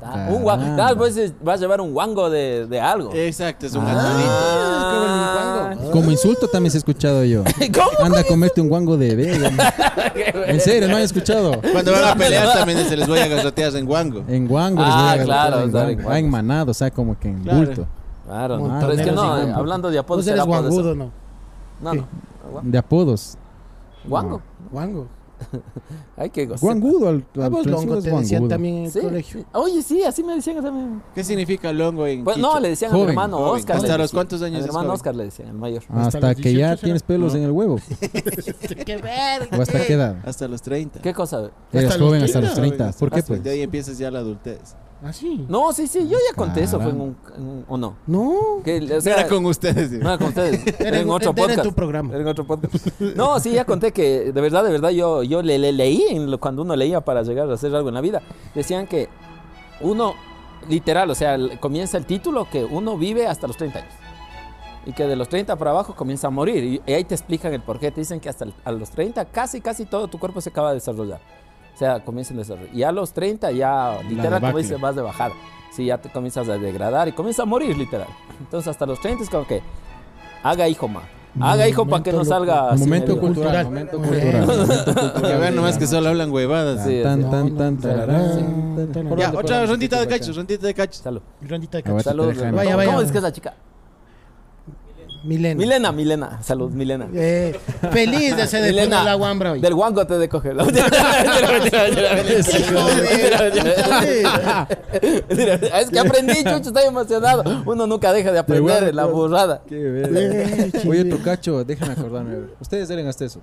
Ah, ta- un guango. caramba. Eh, Claro, pues eh, vas a llevar un guango de, de algo. Exacto, es un atadito. Ah, es como el guango. Como insulto también se ha escuchado yo. [LAUGHS] ¿Cómo? Anda a comerte un guango de [LAUGHS] verga. En serio, no he escuchado. Cuando van a pelear también se les voy a garrotear en guango. En guango. les Ah, voy a agarrar claro, en claro, en guango. guango. Ah, en manado, o sea, como que en Claro. bulto. Claro, no, Montoneros pero es que no, de eh, guango. hablando de apodos, Vos Pues eres será apodo eso. guangudo, ¿no? No, no. De apodos. Guango. Guango. Ay, qué gozo. Guangudo al, al pues, Ah, vos transur longo es te decían guangudo. también en el Sí, colegio. [LAUGHS] sí. Oye, sí, así me decían también. ¿Qué significa longo en Pues, quicho? no, le decían a mi Joven, Ah. hermano joven. Oscar. ¿Hasta le los decían. cuántos años A mi es hermano joven? Oscar le decían, el mayor. Hasta, Hasta los que ya 18 será. tienes pelos en el huevo. ¿O hasta qué edad? Hasta los 30. ¿Qué cosa? Eres Hasta los joven hasta los 30, 30. ¿Por qué, Hasta- pues? De ahí empiezas ya la adultez. ¿Ah, sí? No, sí, sí, yo ya conté eso, fue en Caramba. un, en un- o no. No. Que, o sea, Era con ustedes. digo. no era con ustedes, era en en- otro era en podcast. tu programa. Era en otro podcast. [LAUGHS] No, sí, ya conté que de verdad, de verdad, yo, yo le, le- leí en lo- cuando uno leía para llegar a hacer algo en la vida. Decían que uno, literal, o sea, l- comienza el título que uno vive hasta los 30 años. Y que de los 30 para abajo comienza a morir. Y- Y ahí te explican el porqué. Te dicen que hasta el- a los 30 casi, casi todo tu cuerpo se acaba de desarrollar. O sea, comienza a desarrollar. Y a los 30 ya, literal, como debacle. dice, vas de bajada. Sí, ya te comienzas a degradar y comienza a morir, literal. Entonces, hasta los 30 es como que haga hijo, ma. Haga hijo para que no Momento salga loco. así momento medio- Cultural. cultural, momento Muy cultural. bien. momento Porque [LAUGHS] a cultural. ver, nomás que solo hablan huevadas. Sí, Tan, sí. tan, tan, No, tararán, no, tan. no, no. Ya, Por otra rondita de cachos, rondita de cachos. Salud. Rondita de A cachos. ver. Salud. Vaya, ¿Cómo- vaya. ¿Cómo es que es la chica? Milena. Milena, Milena. Salud, Milena. Eh, feliz de ser de Milena. la guambra hoy. Del guango te de [LAUGHS] coger. Mentira, mentira, mentira, [LAUGHS] mentira. Mentira, mentira. Mentira. [LAUGHS] Es que aprendí, chucho, estoy emocionado. Uno nunca deja de aprender guango, en la claro. burrada. Qué verga. Eh, Oye, otro cacho, déjame acordarme. a ver. Ustedes eran hasta eso.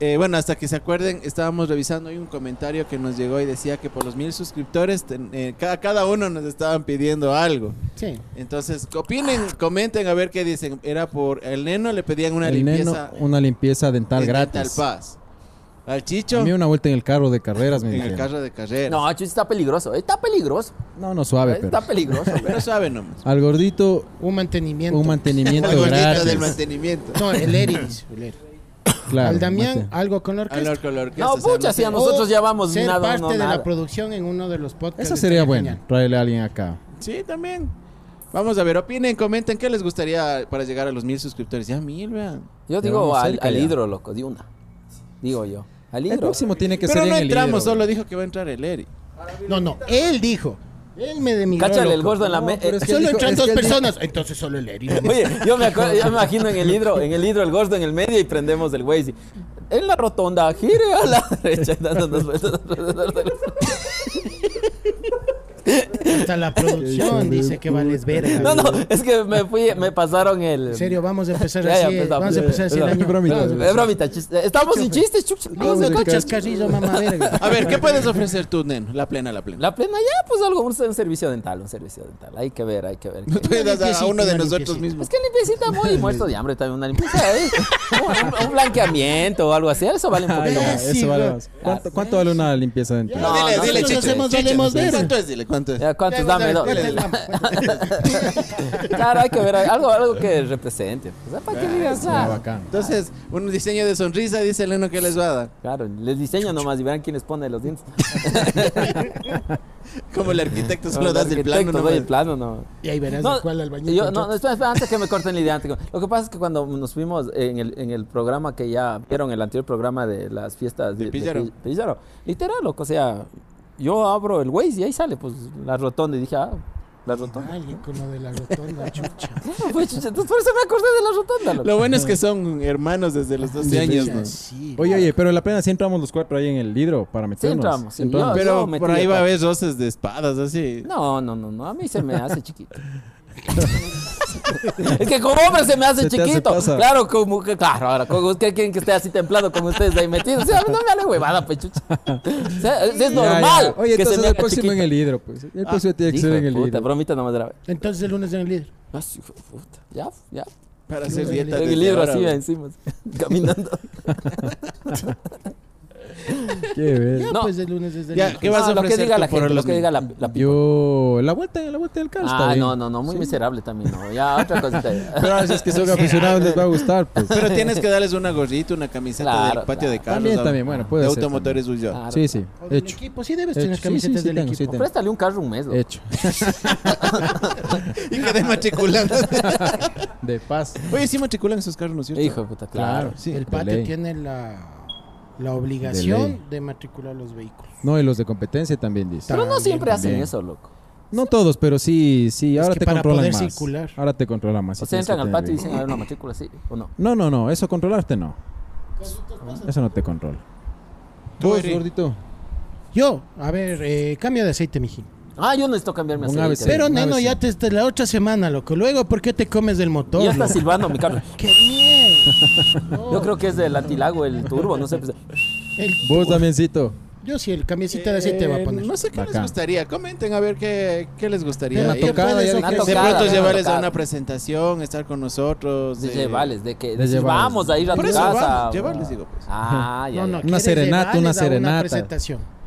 Eh, bueno, hasta que se acuerden, estábamos revisando hoy un comentario que nos llegó y decía que por los mil suscriptores ten- eh, ca- cada, uno nos estaban pidiendo algo. Sí. Entonces, opinen, comenten a ver qué dicen. Era por el neno, le pedían una El neno, limpieza una limpieza dental en Dental gratis. Paz. Al A chicho, mí una vuelta en el carro de carreras, me en el dijeron. carro de carrera. No, Chuchi está peligroso. Está peligroso. No, no suave, pero. Está [LAUGHS] peligroso. Pero sabe nomás. [LAUGHS] Al gordito, Un mantenimiento. un mantenimiento Al gordito gratis. del mantenimiento. no, el Eris. el Eris. Claro, Al Damián, mate. algo con la orquesta. Al color que No, pucha, sí, a Nosotros O ya vamos ser nada, parte no, de nada. la producción en uno de los podcasts. Eso sería estaría bueno, genial. traerle a alguien acá. Sí, también. Vamos a ver, opinen, comenten qué les gustaría para llegar a los mil suscriptores. Ya mil, vean. Yo digo Llevamos al, cerca al ya. hidro, loco, de una. Digo yo. Al El hidro. próximo tiene que Pero ser no en el entramos, Hidro. solo dijo que va a entrar el Eri. No, no, él dijo. Él me demigró. Cáchale el loco. gordo en la No, mesa. pero es que Solo dijo- entran es dos que él dijo- personas. Entonces solo el Eris. [LAUGHS] Oye, yo me, acuerdo- yo me imagino en [LAUGHS] el hidro, en el hidro el gordo en el medio y prendemos el Waze. En la rotonda, gire a la [LAUGHS] derecha. dándonos vueltas alrededor del- Hasta [LAUGHS] la producción dice que vales verga. No, no, es que me fui, me pasaron el. En serio, vamos a empezar Ya, ya, así. empezamos. vamos a empezar así el Perdón. año. Es bromita, Vamos a Es bromita, chiste. Estamos sin chistes, chucha. Vamos a coches carrillo, mamá [LAUGHS] verga. A ver, ¿qué puedes ofrecer tú, Nen? La plena, la [LAUGHS] plena. La plena ya, pues algo, un, un servicio dental, un servicio dental. Hay que ver, hay que ver. No te das a limpiecita, uno de una nosotros limpiecita. Es mismos. que limpiecita muy muerto de hambre también, una limpieza. ¿eh? Un, un blanqueamiento o algo así, eso vale un Ah, poquito ya, más. Imbécil, eso vale güey. más. ¿Cuánto, cuánto vale una limpieza dental? No, dile, no, dile, nosotros chicho. hacemos chicho. valemos verga. ¿Cuánto es? Dile, ¿cuánto es? Ya, ¿Cuántos? Dame dos. dale, dale. [LAUGHS] Claro, hay que ver algo, algo que represente. O sea, para que digas, Ah, ah, bacán. Entonces, un diseño de sonrisa, dice el Neno que les va a dar. Claro, les diseño nomás y verán quién les pone los [LAUGHS] dientes. Como [LAUGHS] el arquitecto solo Los das el plano. arquitectos, doy el nomás. plano, no. Y ahí verás de cuál albañil. yo- no, contratas. no, espera, espera, antes que me corten la idea. antes que- Lo que pasa es que cuando nos fuimos en el, en el programa que ya vieron, el anterior programa de las fiestas de, de Píllaro. Pi- Píllaro, literal, loco, o sea, yo abro el Waze y ahí sale, pues, la rotonda. Y dije, ah, la rotonda. Alguien con lo de [LAUGHS] la rotonda, chucha. [LAUGHS] Claro, pues, chucha, entonces, por eso me acordé de la rotonda, loco. Lo bueno es que son hermanos desde los 12 años, ¿no? Sí. Oye, oye, pero la pena sí entramos los cuatro ahí en el Hidro para meternos. entramos, sí. Entramos. Yo- Pero metí por ahí la va a pata. haber roces de espadas, así. No, no, no, no, a mí se me hace chiquito. [LAUGHS] es que como hombre se me hace Se te hace chiquito. pasa. claro, como que, claro, ahora, como usted quieren que esté así templado con ustedes ahí metidos. O sea, no me hagan huevada, pechucha. O sea, es, es Ya, ya. normal. Oye, que se entonces me el haga próximo chiquito. en el Hidro, pues. El próximo tiene que Hijo ser de en el puta, Hidro. bromita no más grave. Entonces el lunes en el líder. Ah, sí, hijo de puta. Ya, ya. Para hacer dieta. En desde el libro ahora, así [LAUGHS] güey. encima, [LAUGHS] caminando. Qué ver. Ya, No. pues el lunes es el Ya, líder. ¿qué vas a No, Ah, Lo ofrecer que diga tú la por gente, lo los que mil? diga la, la pipa. Yo, la vuelta, la vuelta del carro está Ah, bien. no, no, no, muy miserable también, no. Ya, otra cosita. ya. Pero ahora, si es que son aficionados, les va a gustar, pues. Pero tienes que darles una gorrita, una camiseta Claro, Ah. del patio de carros. También, ¿sabes? también, bueno, puede de ser Automotores Ulloa. Claro. Sí, sí, O del hecho. equipo, sí debes tener Hecho, sí, camisetas sí, del tengo, sí equipo. tengo. Préstale un carro un mes, loco. Hecho. [LAUGHS] Y quedé matriculando. [LAUGHS] De paz. Oye, sí matriculan esos carros, ¿no es cierto? Hijo de puta, claro. Claro, sí. el de patio ley. tiene la, la De obligación ley. de, matricular los vehículos. No, y los de competencia también dice. Pero no siempre hacen también. eso, loco. No todos, pero sí, sí, ahora que te para controlan poder más. circular. Ahora te controlan más. sí O sea, tienes que entran al tener patio y bien. dicen, a ver, una matrícula, sí o no. No, no, no, eso controlarte no. Eso no te controla. Tú, Vos, Eri. gordito. Yo, a ver, eh, cambio de aceite, mijín. Ah, yo necesito cambiarme Un aceite. ABC. Pero- Pero, una neno, vez ya sí. te, te- la otra semana, loco. Luego, ¿por qué te comes del motor? Ya está loco? silbando mi carro. ¡Qué mierda! No, Yo creo que es del antilago, el turbo, no sé. pues- el- Vos, Damiancito. yo sí, el camiecita de aceite va a Eh, poner. No sé qué les Bacán. gustaría. Comenten a ver qué, qué les gustaría. Una Y ¿qué tocada. puedes ya- Una ofrecer? De tocada, pronto una llevarles a tocada. una presentación, estar con nosotros. De eh, llevarles, de que de decir, llevarles. vamos a ir a tu Por eso, casa. vamos, o- llevarles, digo. Pues. Ah, ya. No, no, ya. Una ¿quieres serenata, llevarles una a serenata. presentación.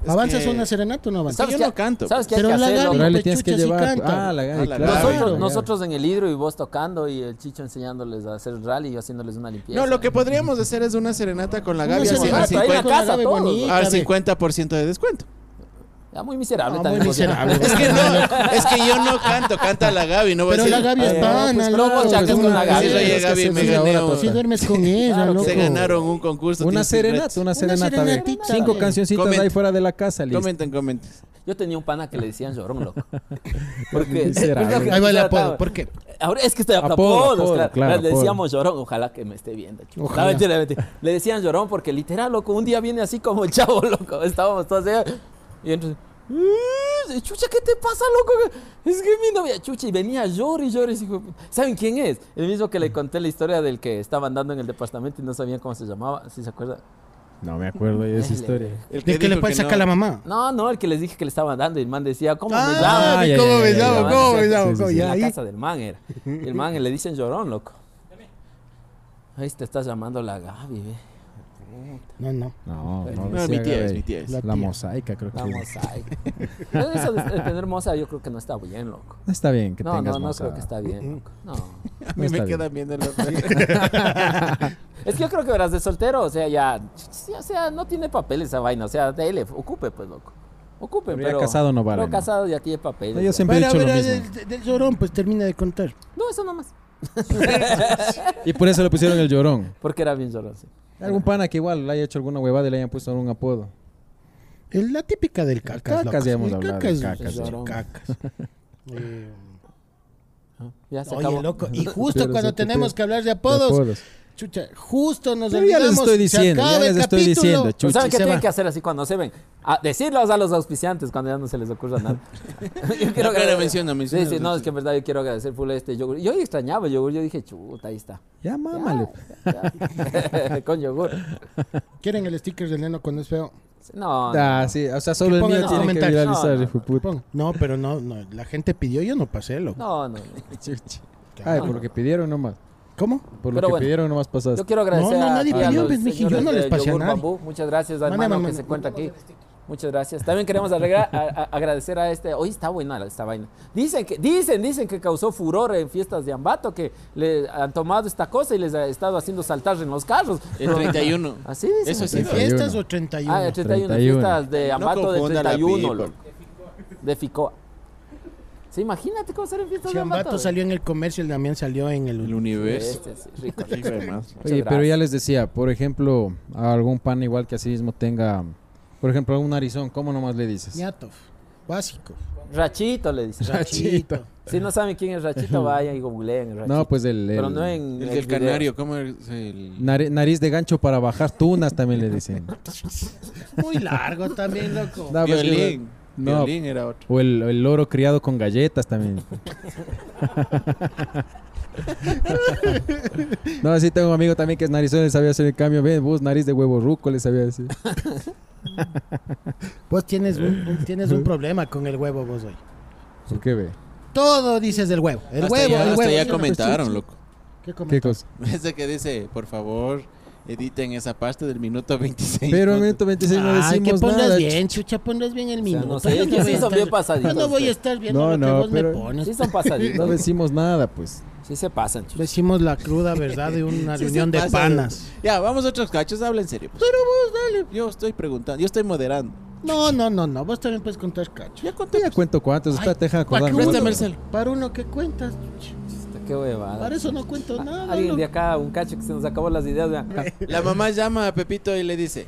Es ¿Avanzas que- a una serenata o no avanzas? yo qué- no canto, ¿Sabes qué hay pero que la hacer? gana. loco? Pero ahí le pues, tienes que chucha, sí llevar. canta. Ah, la A gana, la claro. gana. Nosotros, ya. nosotros en el hidro y vos tocando y el chicho enseñándoles a hacer rally y yo haciéndoles una limpieza. No, lo que podríamos hacer es una serenata con la Una Gaby así, serenata, al ahí en la 50 casa, todos. al bonita, ve. 50% de descuento. Ya Ah, muy miserable No, también. muy vos, ya. Ah, miserable. Es que no, es que yo no canto, canta la Gaby, no voy Pero a la decir. Gaby es pana, pues, claro, loco. pues, tú con la no- Gaby. Sí, oye, Es que Gaby, eso me es la gané hora, un- tota. Si duermes con ella, Claro, loco. "Ah, Se ganaron un concurso. Una tienes que serenata, retos. una serenata. ve. serenatita, Cinco ve. cancioncitas Comenta. ahí fuera de la casa, listo. Comenten, comenten. [LAUGHS] Yo tenía un pana que le decían llorón, loco. [LAUGHS] Porque. Miserable. porque- Ahí va el estaba- apodo. ¿Por qué? Ahora es que está Apodo, apodo, apodo, claro. claro, Le apodo. decíamos llorón, ojalá que me esté viendo. chucha. Ojalá. No, mentira, mentira. Le decían llorón porque literal, loco, un día viene así como el chavo, [LAUGHS] loco. Estábamos todos allá. Y entonces, "Eh, chucha, ¿qué te pasa, loco? Es que mi novia, chucha, y venía llor y llor. y hijo de puta. ¿Saben quién es? El mismo que le conté la historia del que estaba andando en el departamento y no sabían cómo se llamaba, si se acuerdan. No me acuerdo de esa historia. El ¿De qué le dijo puede que sacar no. la mamá? No, no, el que les dije que le estaban dando. Y el man decía, ¿cómo me llamo? Ah, Ah, ya, ¿cómo ya, me ya, llamo? ya, ¿Cómo ya, me ya, llamo? sí, ¿Cómo? sí, En Ya, la ahí. casa del man era. Y el man le dicen llorón, loco. Ahí te estás llamando la Gaby, ve. No, no. No, no, No, decía mi tía es, Gaby. mi tía es. La La tía. mosaica, creo que La es. mosaica. Pero Eso de de tener moza yo creo que no está bien, loco. No Está bien que no, tengas no, no moza. creo que está bien, loco. [LAUGHS] No. A mí está me bien. quedan viendo el otro día. [LAUGHS] Es que yo creo que verás de soltero, o sea, ya, sí, o sea, no tiene papel esa vaina, o sea, dele, ocupe, pues, loco. Ocupe, Pero ya pero... casado no vale, Pero ¿no? casado ya tiene papel. No, yo siempre he Bueno, a dicho lo ver, mismo. del, del llorón, pues termina de contar. No, eso nomás. Y por eso le pusieron el llorón. Porque era bien llorón, sí. [LAUGHS] Algún pana que igual le haya hecho alguna huevada y le hayan puesto un apodo. Es la típica del Cacas, cacas. loco. ya hemos El hablado cacas, del cacas, el sí. cacas. Eh, Ah, Ya se acabó. Oye, loco, y Pero justo se cuando te- tenemos que hablar de de apodos, chucha, justo nos Pero ya les olvidamos, estoy se diciendo, ya acaba el les estoy capítulo. diciendo, Pero chucha. ¿Saben qué se tienen va. que hacer así cuando se ven? A decirlos a los auspiciantes cuando ya no se les ocurra [LAUGHS] nada. yo pero agradecer- menciona, menciona Sí, sí, los no, es que en verdad yo quiero agradecer full este yogur. Yo extrañaba el yogur, yo dije, chuta, ahí está. Ya Ya, mámale. ya, [LAUGHS] [LAUGHS] ya. Con yogur. ¿Quieren el sticker de Leno cuando es feo? No, no. Ah, sí, o sea, solo el pongan mío los tiene que comentarios. viralizar, No, no, hijo de puta. Ponga. No, pero no, no, la gente pidió, yo no pasé, loco. no, no. Chucha. Ay, por lo que pidieron nomás. ¿Cómo? Por lo Pero que bueno. pidieron nomás pasaste. Yo quiero agradecer No, no, a- nadie a pidió, los pues, Miji, yo señores no les de pasé a Yogur nadie. Bambú. Muchas gracias, Mándame, hermano, que mándame. se encuentra aquí. Muchas gracias. También queremos alegra- a- a- agradecer a este. Hoy está buena esta vaina. Dicen que, dicen, dicen que causó furor en fiestas de Ambato, que le han tomado esta cosa y les ha estado haciendo saltar en los carros. El 31. Así dicen. Eso sí. ¿De 31. fiestas o 31? Ah, el 31, 31. fiestas de No Ambato de confunda la 31, people. loco. De Ficoa. Sí, imagínate cómo será en fiestas de Ambato. Chambato salió en el comercio, el Damián salió en el... El universo. Este, sí, rico, rico. Hijo de más. Muchas Oye, pero gracias. ya les decía, por ejemplo, a algún pan igual que así mismo tenga, por ejemplo, algún narizón, ¿cómo nomás le dices? Ñatov, básico. Rachito le dicen. Rachito. Si no saben quién es Rachito, vayan y googleen Rachito. No, pues el, el Pero no en El en del video. canario, ¿cómo es el...? nari- nariz de gancho para bajar tunas también le dicen. Muy largo también, loco. No, pues, Violín. No. Violín era otro. O el, el loro criado con galletas [LAUGHS] también. no, así tengo un amigo también que es narizón, le sabía hacer el cambio. Ven, vos, nariz de huevo ruco, le sabía decir. Vos tienes un, un- tienes un problema con el huevo vos hoy. ¿Por qué ve? Todo dices del huevo. El hasta huevo, ya, el hasta huevo. ya Sí, no, comentaron, sí, sí. loco. [LAUGHS] ¿Qué ¿Qué comentaron? cosa? Ese que dice, por favor, editen esa parte del minuto 26. Pero en el minuto 26 no Ay, que decimos ponlas nada. bien, chucha, ponlas bien sea, no el minuto. sé, Yo es que sí voy a pues, son bien estar- pasaditos Yo no voy a ustedes. estar viendo No, lo que no, vos pero- me pones. Sí son pasaditos. No decimos nada, pues. Sí se pasan. chucha. Decimos la cruda verdad de una Sí, sí reunión de pasa, panas. loco. Ya, vamos a otros cachos, habla en serio. Pero vos, dale. Yo estoy preguntando, yo estoy moderando. No, no, no, no. Vos también puedes contar cacho. Ya conté. Yo ya cuento cuántos. Ay, Espérate, deja ¿Para, qué acordarme. uno- Préstame el cel. para uno que cuentas, chucha. Qué huevada. Ah, Para eso no cuento nada. Alguien de loco. acá, un cacho que se nos acabó las ideas. vean. La mamá llama a Pepito y le dice,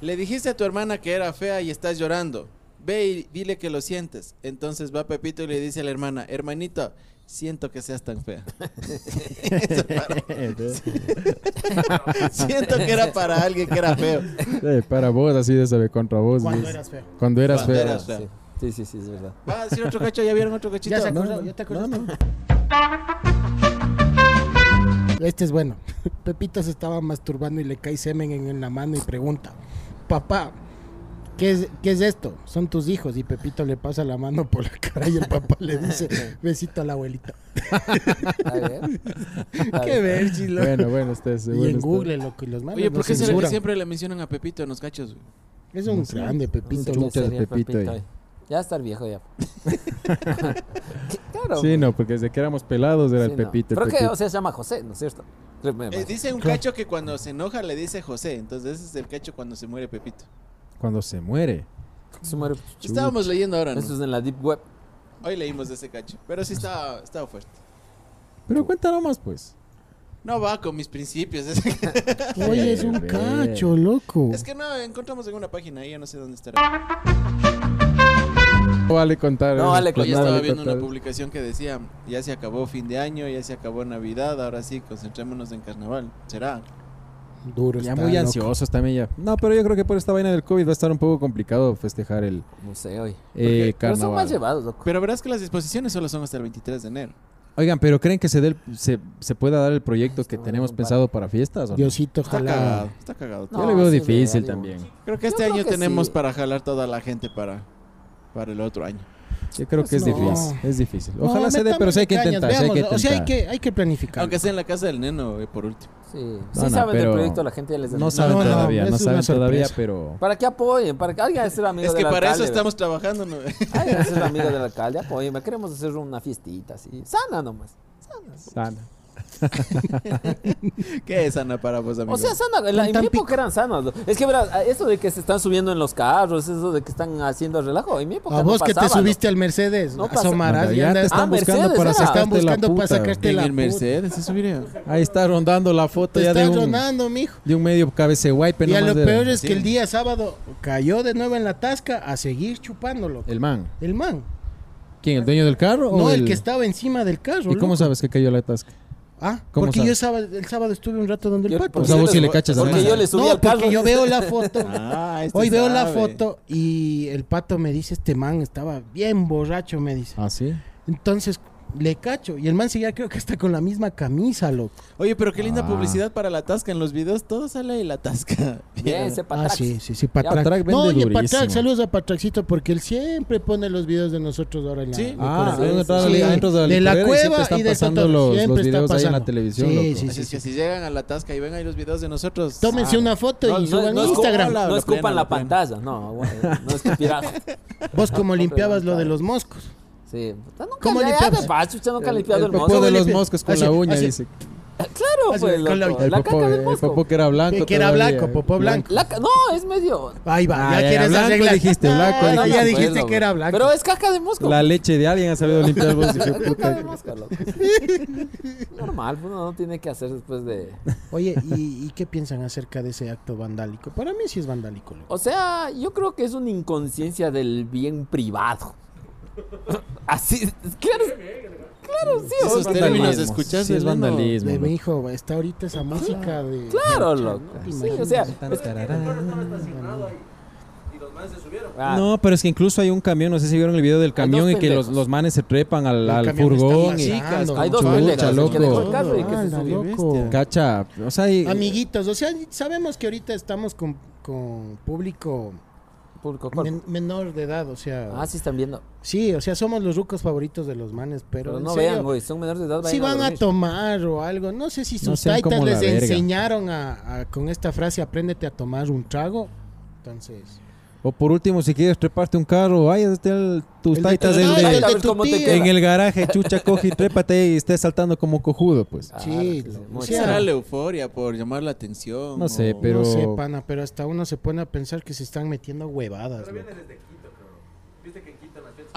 le dijiste a tu hermana que era fea y estás llorando. Ve y dile que lo sientes. Entonces va Pepito y le dice a la hermana, hermanito, siento que seas tan fea. [LAUGHS] Eso [LAUGHS] para- siento que era para alguien que era feo. Eh, para vos, así de saber contra vos. Cuando Luis. eras feo. Cuando eras Cuando feo. eras feo. Sí. sí, sí, sí, es verdad. Va a decir otro cacho, ya vieron otro cachito. Ya se No, acordó, no, ya te acordaste. no, no. [LAUGHS] Este es bueno. Pepito se estaba masturbando y le cae semen en, en la mano y pregunta, papá, ¿qué es, ¿qué es esto? Son tus hijos. Y Pepito le pasa la mano por la cara y el papá le dice, besito a la abuelita. [LAUGHS] Está bien. Está Qué bien. ver, chilo. Bueno, bueno, este, ustedes. y en Google, loco, y los malos Oye, ¿por nos qué será que censuran. siempre le mencionan a Pepito en los cachos? güey? Es un grande, Chucha Pepito. Qué loco. de sería el Pepito Pepito ahí. ahí. Ya está el [LAUGHS] viejo ya. Qué- claro. Sí, no, porque desde que éramos pelados era Sí, el no. Pepito. el Creo que, Pepito. o sea, se llama José, ¿no es cierto? Creo- me- Eh, dice un Claro. cacho que cuando se enoja le dice José. Entonces ese es el cacho cuando se muere Pepito. Cuando se muere. se muere. Estábamos leyendo ahora, ¿no? Eso es en la Deep Web. Hoy leímos de ese cacho. Pero sí estaba, estaba fuerte. Pero cuenta nomás, pues. No va con mis principios. Es, Oye, es un Qué cacho, loco. es que no encontramos en una página y ya no sé dónde estará. No vale contar. No vale Yo pues, ya contar, estaba vale viendo una contar. publicación que decía, ya se acabó fin de año, ya se acabó Navidad, ahora sí, concentrémonos en carnaval. ¿Será? Duro Ya está, muy loco. ansiosos también ya. No, pero yo creo que por esta vaina del COVID va a estar un poco complicado festejar el No sé, oye. eh, Pero son más carnaval. llevados, loco. Pero verás que las disposiciones solo son hasta el 23 de enero. Oigan, pero ¿creen que se, dé el- se, se pueda dar el proyecto que tenemos pensado para fiestas? o no? Diosito, Está ojalá. cagado, está cagado. Yo No, le veo sí, difícil le- también. Creo que este creo año que tenemos sí. para jalar toda la gente para, para el otro año. Yo creo que es No. difícil. Es difícil. No, Ojalá se dé, metámosle pero sí hay que cañas, intentar. sí hay que veamos, O sea, hay intentar. que, hay que planificar. Aunque sea en la casa del neno, güey, por último. Sí, No, sí no, saben del pero proyecto, la gente ya les No anunció. saben no, todavía, es no saben una todavía, sorpresa. pero. Para que apoyen, para que alguien es el amigo Es que del para eso alcalde, estamos trabajando, ¿no? [LAUGHS] ¿verdad? Alguien [LAUGHS] es el amigo del alcalde, apóyenme, queremos hacer una fiestita así, sana nomás. Sana. ¿Qué es Ana para vos, amigo? O sea, sana, en, la- en mi Tampico. época eran sanos. lo- Es que verás, eso de que se están subiendo en los carros, eso de que están haciendo relajo, en mi época a no vos que te pasaba, ¿no? subiste al Mercedes, No pasa- Manda, asomarás y ya te andas. están Ah, buscando Mercedes, para era. sacarte Están buscando la para puta, sacarte en la el puta. Mercedes, se subiría. güey. Ahí está rondando la foto Te ya de estás un, tronando, mijo. de un medio cabece guaype. Y a nomás lo de- peor es sí. que el día sábado cayó de nuevo en la tasca a seguir chupándolo. El, El man. man. ¿Quién? ¿El dueño del carro? o No, el que estaba encima del carro. ¿Y cómo loco. sabes que cayó la tasca? Ah, ¿Cómo porque sabe? yo el sábado, el sábado estuve un rato donde el Yo- pato. O sea, yo vos sí le voy- cachas al Porque man. yo le subí no, al carro. porque [LAUGHS] yo veo la foto. Ah, este Hoy veo la sabe. foto y el pato me dice, este man estaba bien borracho, me dice. Ah, sí. Entonces le cacho y el man seguía creo que está con la misma camisa, loco. Oye, pero qué linda Ah. publicidad para la tasca. En los videos todo sale ahí la tasca. Bien, ese Ah, patrax. sí, sí, sí, Patrac. Patrac vende no, oye, durísimo. Patrac, saludos a Patraxito porque él siempre pone los videos de nosotros ahora en la Sí. Ah, sí, adentro de la- sí. adentro de la, De la licorera cueva siempre están y del pasando Totoro, los, los siempre está videos ahí en la pasando. televisión. Sí, loco. sí, Así es que si llegan a la tasca y ven ahí los videos de nosotros. Tómense ah, una foto No, y no, suban no a escupan- Instagram. la- no escupan plena, la, la plena. pantalla, no, bueno, no escupirán. Vos como [LAUGHS] No, limpiabas pero- lo de los moscos. Sí, puta, nunca ¿Cómo le- limpiabas? ya, pa, chucha, nunca he limpiado El el, popó mosco. de los limpia. moscos con Así, la uña, así. dice. Claro, pues, con la- loco, El la popó, caca del eh, el mosco. popó que era blanco. Que era todavía. blanco, popó blanco. La ca- no, es medio... Ahí va, Ah, ya, ya, quieres blanco arreglar. dijiste, blanco Ah, dijiste. ya No, dijiste bueno, que era blanco. Pero es caca de mosco. La leche de alguien ha sabido limpiar vos. dije, Caca puta. de mosco, loco. Normal, pues, uno no tiene que hacer después de... Oye, ¿y, y qué piensan acerca de ese acto vandálico? Para mí sí es vandálico. loco. O sea, yo creo que es una inconsciencia del bien privado. [LAUGHS] Así, claro, claro, sí, o Esos sea, términos, vandalismo, ¿escuchas? sí, es Elena? vandalismo. De mi loco. hijo, está ahorita esa música de... Claro, Pucha, loco. ¿no te Sí, imaginas? o sea, ah, No, pero es que incluso hay un camión, no sé si vieron el video del camión en que los, pendejos. los manes se trepan al, El al camión está furgón. y- vacío. hay dos Chucha, pendejos, el que dejó el loco. carro y que se Anda, subió. loco. Cacha, o sea, y- Amiguitos, o sea, sabemos que ahorita estamos con, con público Público corto. men- menor de edad, o sea... Ah, sí están viendo. Sí, o sea, somos los rucos favoritos de los manes, pero, Pero en no serio, vean, güey, son menores de edad. si van a dormir. tomar o algo, no sé si sus No sean taitas como la les verga. enseñaron a, a- con esta frase, apréndete a tomar un trago, entonces... o por último, si quieres treparte un carro, vaya, tus El de taitas tu- del Ay, de- a el de ver tu cómo te tía. queda. en el garaje, chucha, coge y trépate y estés saltando como cojudo, pues. Ah, sí, Sí, loco, muy o ¿Será sea, la euforia por llamar la atención? No sé, o- pero- No sé, pana, pero hasta uno se pone a pensar que se están metiendo huevadas. loco.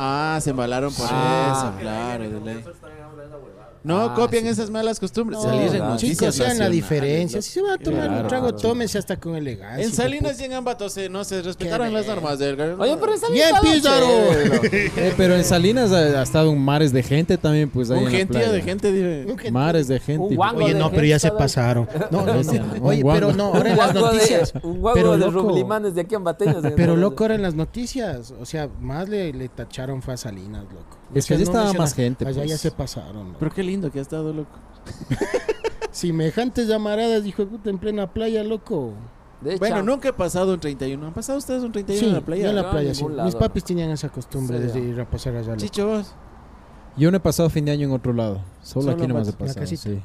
Ah, se embalaron por Ah. eso, claro. de ley. No, Ah, copian sí. esas malas costumbres. No, Salir en claro. noticias chicos, sean la nacionales, diferencia. loco. Si se van a tomar Claro. un trago, tómense hasta con elegancia. En Salinas y en Ambato se, no se respetaron las normas del Oye, pero esa ¡Bien, Pizarro! Eh, pero en Salinas ha, ha estado un mares de gente también, pues. ahí Un en la gentío playa. de gente, dije. hijo. Mares de gente. pues. Un hijo. guango Oye, de no, gente, pero ya se ¿sabes? pasaron. No, [LAUGHS] no, Ese, no. un Oye, guango. pero no, ahora Un en las guago de- noticias. [LAUGHS] Un guago Pero de loco. rublimanes de aquí en Bateños. Pero loco, ahora en las noticias. O sea, más le, le tacharon fue a Salinas, loco. O Es que sea, allí estaba menciona- más gente, Allá pues. ya se pasaron. loco. Pero qué lindo que ha estado, loco. Semejantes llamaradas, dijo puta, en plena playa, loco. De hecho, Bueno, nunca he pasado un 31. ¿Han pasado ustedes un 31 Sí, en la playa? en la No, playa, en sí. ningún lado, Mis papis tenían esa costumbre Sí, desde ya. ir a pasar allá, loco. Chicho, vos. Yo no he pasado fin de año en otro lado. Solo, Solo aquí nomás he en la pasado. casita. sí.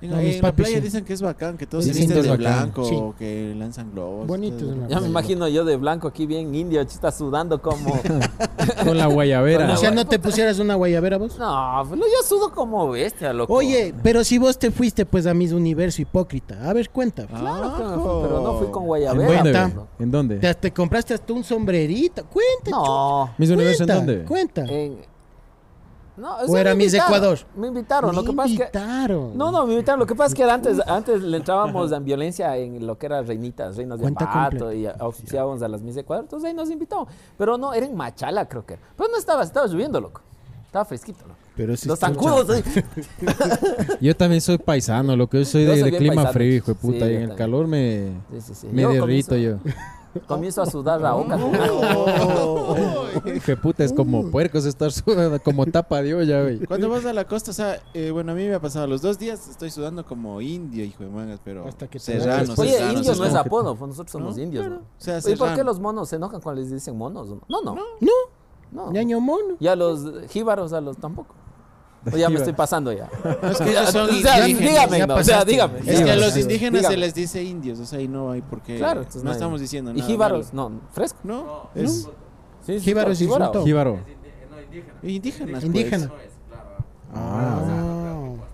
Digo, No, eh, mis en la papis playa sí. dicen que es bacán, que todos se Dicen visten que es de bacán, blanco, sí. o que lanzan globos. Bonitos todo. en la ya me imagino yo de blanco aquí bien indio, chita sudando [LAUGHS] como... Con la guayabera. O sea, no te pusieras una guayabera vos. No, pero yo sudo como bestia, loco. Oye, pero si vos te fuiste pues a mis universo hipócrita, a ver, cuenta. Ah, Claro que me Ajo. fui, pero Ah, no fui con ¿En guayabera. pues, dónde? ve? Ahí está. ¿En dónde? Te, te compraste hasta un sombrerito, cuenta. chucha, No. Eh, ¿Mis universo en cuenta, dónde? Cuenta. en- No, ¿O era me Miss invitaron, Ecuador? Me invitaron, Me lo que pasa es que... invitaron. No, no, me invitaron. Lo que pasa es que era antes, antes le entrábamos en violencia en lo que eran reinitas, reinas de Cuenta pato y auspiciábamos a las Miss Ecuador. Entonces ahí nos invitaron. Pero no, era en Machala, creo que era. Pero no estaba, estaba lloviendo, loco. Estaba fresquito, loco. Pero si Los escucha- zancudos. ahí. Yo también soy paisano, lo que yo soy Yo de, soy de bien clima paisano. frío, hijo de puta. y Sí, yo en el también. [LAUGHS] calor me, Sí, sí, sí. me Yo con derrito eso- yo. Comienzo a sudar la [LAUGHS] boca. [LAUGHS] Que puta, es como puercos estar sudando, [LAUGHS] como tapa de olla, güey. Cuando vas a la costa, o sea, eh, bueno, a mí me ha pasado los dos días, estoy sudando como indio, hijo de mangas, pero Hasta que te serrano, mueres. Oye, serrano, indio no es serrano. apodo, pues nosotros somos No, indios. claro. ¿no? O sea, ¿Y por qué serrano. los monos se enojan cuando les dicen monos? No, no. No, no. ñaño mono. Y a los jíbaros, a los tampoco. O ya me estoy pasando ya. [LAUGHS] Es que esos son O sea, indígenas. dígame, no, o sea, dígame. Es que a los Dígame. indígenas Dígame. se les dice indios, o sea, y no hay por qué. Claro, entonces no nadie- estamos diciendo Y nada. jíbaros, no, fresco. malo. No, es Sí, sí, Jíbaro es jíbaro. insulto. Jíbaro. indígenas. pues. Indígena. Ah.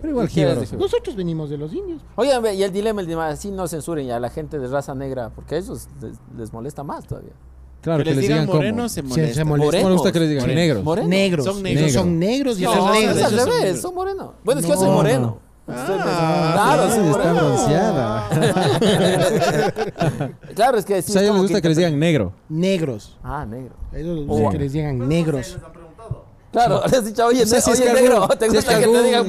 Pero igual ¿Y qué jíbaro. eres de jíbaro? Nosotros venimos de los indios. Oigan, ve, y el dilema, el dilema, así no censuren ya a la gente de raza negra, porque a ellos les, les molesta más todavía. Claro, Que les digan morenos se Se, se molestan. molestan. ¿Cómo le gusta que les digan? Morenos. Negros. Morenos. Negros. Son negros. Ellos son negros y No, son no, negros. es al Ellos son revés, negros. son morenos. Bueno, es que yo soy No. moreno. Ah, Estoy pensando- claro, sí, soy Ah, está moreno. Ah, [LAUGHS] bronceada. Claro, es que sí, O sea, a ellos es les como gusta que les digan negro. Negros. Ah, negro. Ellos les Oh, gusta ah. que les digan negros. Claro, [LAUGHS] le has dicho, oye, O sea, ne- si es oye, que negro, algún- ¿te si es gusta que que te algún- digan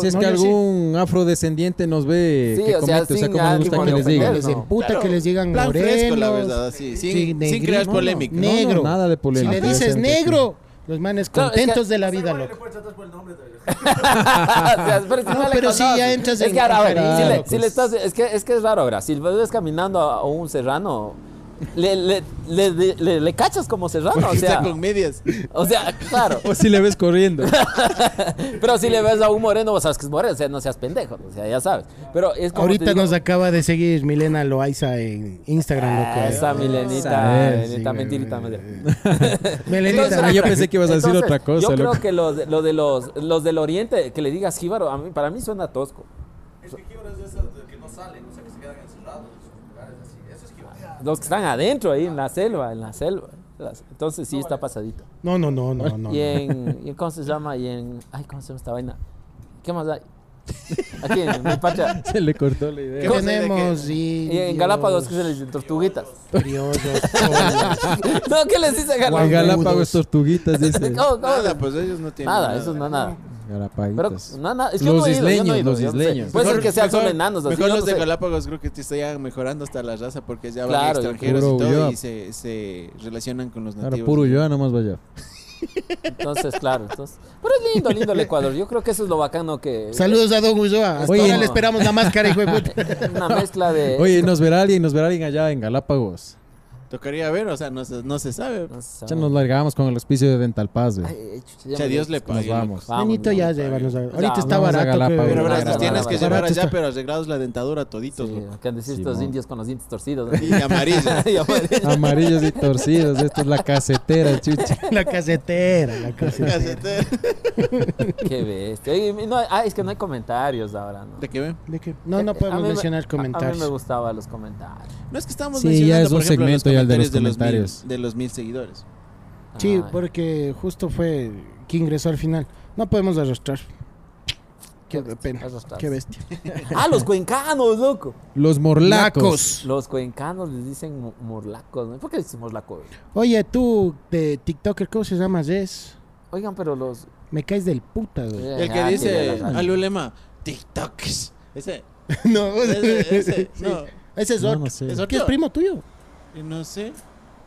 [LAUGHS] Si es No, que yo sí. algún afrodescendiente nos ve, Sí, que o sea, comente, o sea, sin cómo les gusta ánimo que de les digan. ofender, Les no. emputa que les digan Plan fresco, la morenos. verdad, así, sin- sí, sin negritos. crear No, no, polémica. No, no, Negro. nada de polémica. Si le dices Sí, negro, los manes Claro, es que- contentos de la vida, loco. [LAUGHS] O sea, pero si No, le pero sí conoces. ya entras es en- que ahora, a ver, Claro, si le, pues. si le estás, es que es que es raro ahora. Si ves caminando a a un serrano, le, le, le, le, le- le cachas como serrano, o Porque sea, está con medias. o sea, claro. O si le ves corriendo. [LAUGHS] Pero si le ves a un moreno, vos sabes que es moreno, o sea, no seas pendejo, o sea, ya sabes. Pero es como te Ahorita digo- nos acaba de seguir Milena Loaiza en Instagram, loco. Ah, esa milenita, Esa es, milenita, sí, mentirita, güey. mentirita. Milenita. Entonces- Ah, yo pensé que ibas a decir entonces, otra cosa, Yo loco. creo que lo de, lo de los, los del oriente, que le digas jíbaro, a mí- para mí suena tosco. Los que están adentro ahí, en la selva, en la selva. Las- Entonces sí está pasadito. No, no, no, no, no. Y en, y en- ¿cómo se llama? Y en, ay, ¿cómo se llama esta vaina? ¿Qué más hay? Aquí en mi pacha. Se le cortó la idea. ¿Qué cosa de tenemos? Y en Galápagos, ¿qué se les dicen? Tortuguitas. [LAUGHS] No, ¿qué les dicen En Galápagos? Galápagos tortuguitas, [LAUGHS] dice. No, no, Nada, pues ellos no tienen. Nada, eso no es nada. Pero, Galápaguitas. no, no, es que Los yo no he ido, yo no isleños, he ido, los yo no sé. isleños. Puede ser que sean mejor- solo enanos, así, Mejor yo no los de sé. Galápagos creo que te están mejorando hasta la raza porque ya van Claro, y extranjeros puro y todo huyó. y se, se relacionan con los nativos. Ahora puro yo, nomás vaya. Entonces, claro, entonces. Pero es lindo, lindo el Ecuador. Yo creo que eso es lo bacano que. Saludos a Don Ulloa. Hasta Oye, ahora no. le esperamos la máscara, hijo de puta. Una mezcla de. Oye, nos verá alguien, nos verá alguien allá en Galápagos. Tocaría ver, o sea, no se, no se sabe. No sé, Ya nos largamos con el auspicio de Dental Paz, güey. Ay, eh, chucha, O ya sea, me- Dios le Nos pague. loco. vamos. Vamos, Benito, ya vamos. llévanos. a- Ya, Ahorita está vamos a barato. Galápagos. creo. Pero verás, Barato, los tienes barato, que barato. llevar Barato allá, está. pero arreglados la dentadura toditos. Sí, loco. que han de decir estos Simón. indios con los dientes torcidos. Y amarillos. [LAUGHS] Y amarillo. Amarillos y torcidos. Esto es la casetera, chucha. La casetera, la [LAUGHS] casetera. Casetero. Qué bestia. Oye, y no hay- ah, es que no hay comentarios ahora, ¿no? ¿De qué ven? ¿De qué? No, no Eh, A podemos mí me- a- mencionar A mí me comentarios. gustaban los comentarios. No es que estamos Sí, mencionando, ya es por un ejemplo, segmento ya el de los comentarios comentarios. de los mil- de los mil seguidores. Sí, Ay, porque justo fue que ingresó al final. No podemos arrastrar. Qué bestia, pena. arrastrarse. Qué bestia. Ah, los cuencanos, loco. Los morlacos. Los cuencanos les dicen mo- morlacos, ¿no? ¿Por qué les dicen morlaco? Oye, tú, de TikToker, ¿cómo se llama? Jess. Oigan, pero los. Me caes del puta, güey. El que Ah, dice mira, la- al ulema, TikToks. Ese, [LAUGHS] no, [LAUGHS] ese, [LAUGHS] ese, Sí. no. Ese es No, otro. no sé. Es otro. es primo tuyo. Y No sé.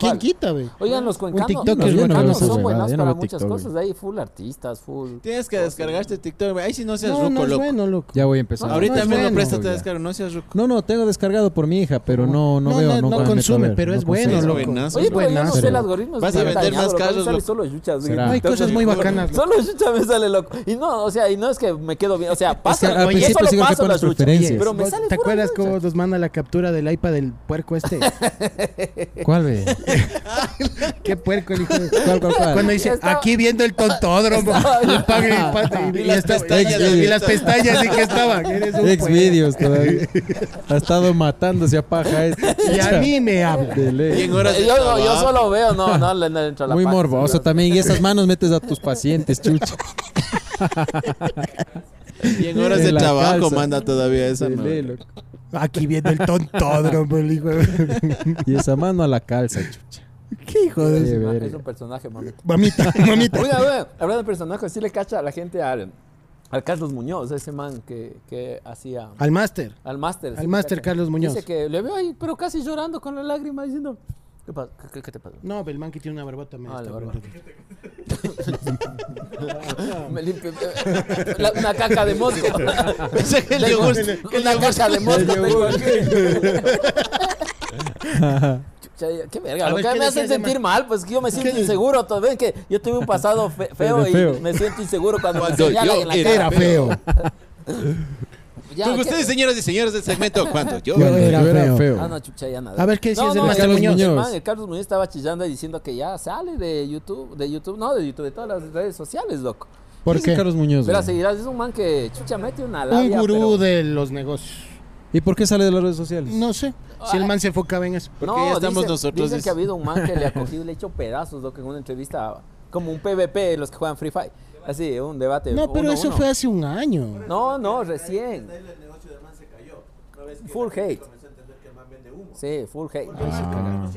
¿Quién ¿Cuál? quita, güey? Oigan, los cuencanos, TikToker, los yo no veo cuencanos esas son buenos huevadas, yo no para veo muchas TikTok, cosas. Hay full artistas, full. Tienes que descargarte TikTok. Ahí sí no seas No, ruco, no es loco. bueno, loco. Ya voy a empezar. Ahorita No es mismo bueno, presta güey, te ya. descargo, no seas ruco. No, no, tengo descargado por mi hija, pero no, no, No, veo. no, no nunca me meto a consume, ver, pero no es bueno, consume. Es loco. buenazo. Oye, pero yo no buenazo. sé el algoritmo. Vas sí a me vender dañado, más loco, a mí caros, sale loco. solo yuchas. Será. güey. Hay cosas muy bacanas. loco. Solo yucha me sale loco. Y no, o sea, y no es que me quedo bien. O sea, pasa. al oye, principio solo sí creo que paso pones las yuchas, preferencias. Pero me ¿Vos sale ¿Te pura acuerdas yucha. cómo nos manda la captura del iPad del puerco este? [LAUGHS] ¿Cuál, ve? Qué puerco el hijo [LAUGHS] de... ¿Cuál, cuál, cuál? Cuando dice, Estaba- aquí viendo [LAUGHS] el tontódromo. y, paga el pato, y- Y y las estaba- pestañas y- de- y las pestañas, ¿y que estaban? Eres un Ex puerco. videos todavía. Ha estado matándose a paja este. Y chucha. a mí me habla. De Y ley. en horas de Yo, no, yo trabajo. solo veo, no, no le no le entro a la Muy pata, morboso sí, también. Y esas manos metes a tus pacientes, [LAUGHS] chucha. Y en horas En de la trabajo calza. manda todavía esa. De ¿no? ley, loco. Aquí viendo el tontódromo, el hijo de... Y esa mano a la calza, chucha. [LAUGHS] ¿Qué hijo Qué de... Es una- verga. es un personaje, mami. [LAUGHS] Mamita, mamita. Oiga, güey, hablando de personajes, sí le cacha a la gente al, al Carlos Muñoz, ese man que, que hacía. Al máster. Al máster. sí Al le máster cacha. Carlos Muñoz. Dice que le veo ahí, pero casi llorando con la lágrima, diciendo: ¿Qué, pa- qué- qué- qué te pasó? No, pero el man que tiene una barbota me Ah, está la barbota. preguntando. [LAUGHS] Me limpié. la- una caca de mosco. [LAUGHS] Pensé que el Tengo yogur. que el una yogur- caca de mosco. tengo [LAUGHS] aquí. Chucha, ya- Qué verga, A lo ver, que ¿qué me decía hacen ese sentir man? mal, pues que yo me siento ¿Qué? inseguro. todo- Ven que yo tuve un pasado [LAUGHS] fe- feo, feo. y me siento inseguro [LAUGHS] cuando me Cuando señalan yo en la era- cara. Era feo. Ya, Con ¿qué- ustedes, señoras y señores del [LAUGHS] segmento, ¿cuándo? Yo. Yo era Yo feo. Ah, no, chucha, ya nada. A ver, ¿qué decías No, del no, man el- Carlos el Muñoz? man, el Carlos Muñoz estaba chillando y diciendo que ya sale de YouTube, de YouTube, no, de YouTube, de todas las redes sociales, loco. ¿Por qué qué? Carlos Muñoz? Pero güey? seguirás, es un man que chucha mete una labia. Un gurú pero- de los negocios. ¿Y por qué sale de las redes sociales? No sé Ah, si el man eh. se enfocaba en eso. Porque ya estamos nosotros, Dicen dice. que ha habido un man que le [LAUGHS] ha cogido y le ha hecho pedazos, loco, en una entrevista, como un PvP, los que juegan Free Fire. Así, un debate. No, pero uno a eso uno. fue hace un año. No, no, recién. Full hate. Sí, full hate. Ah,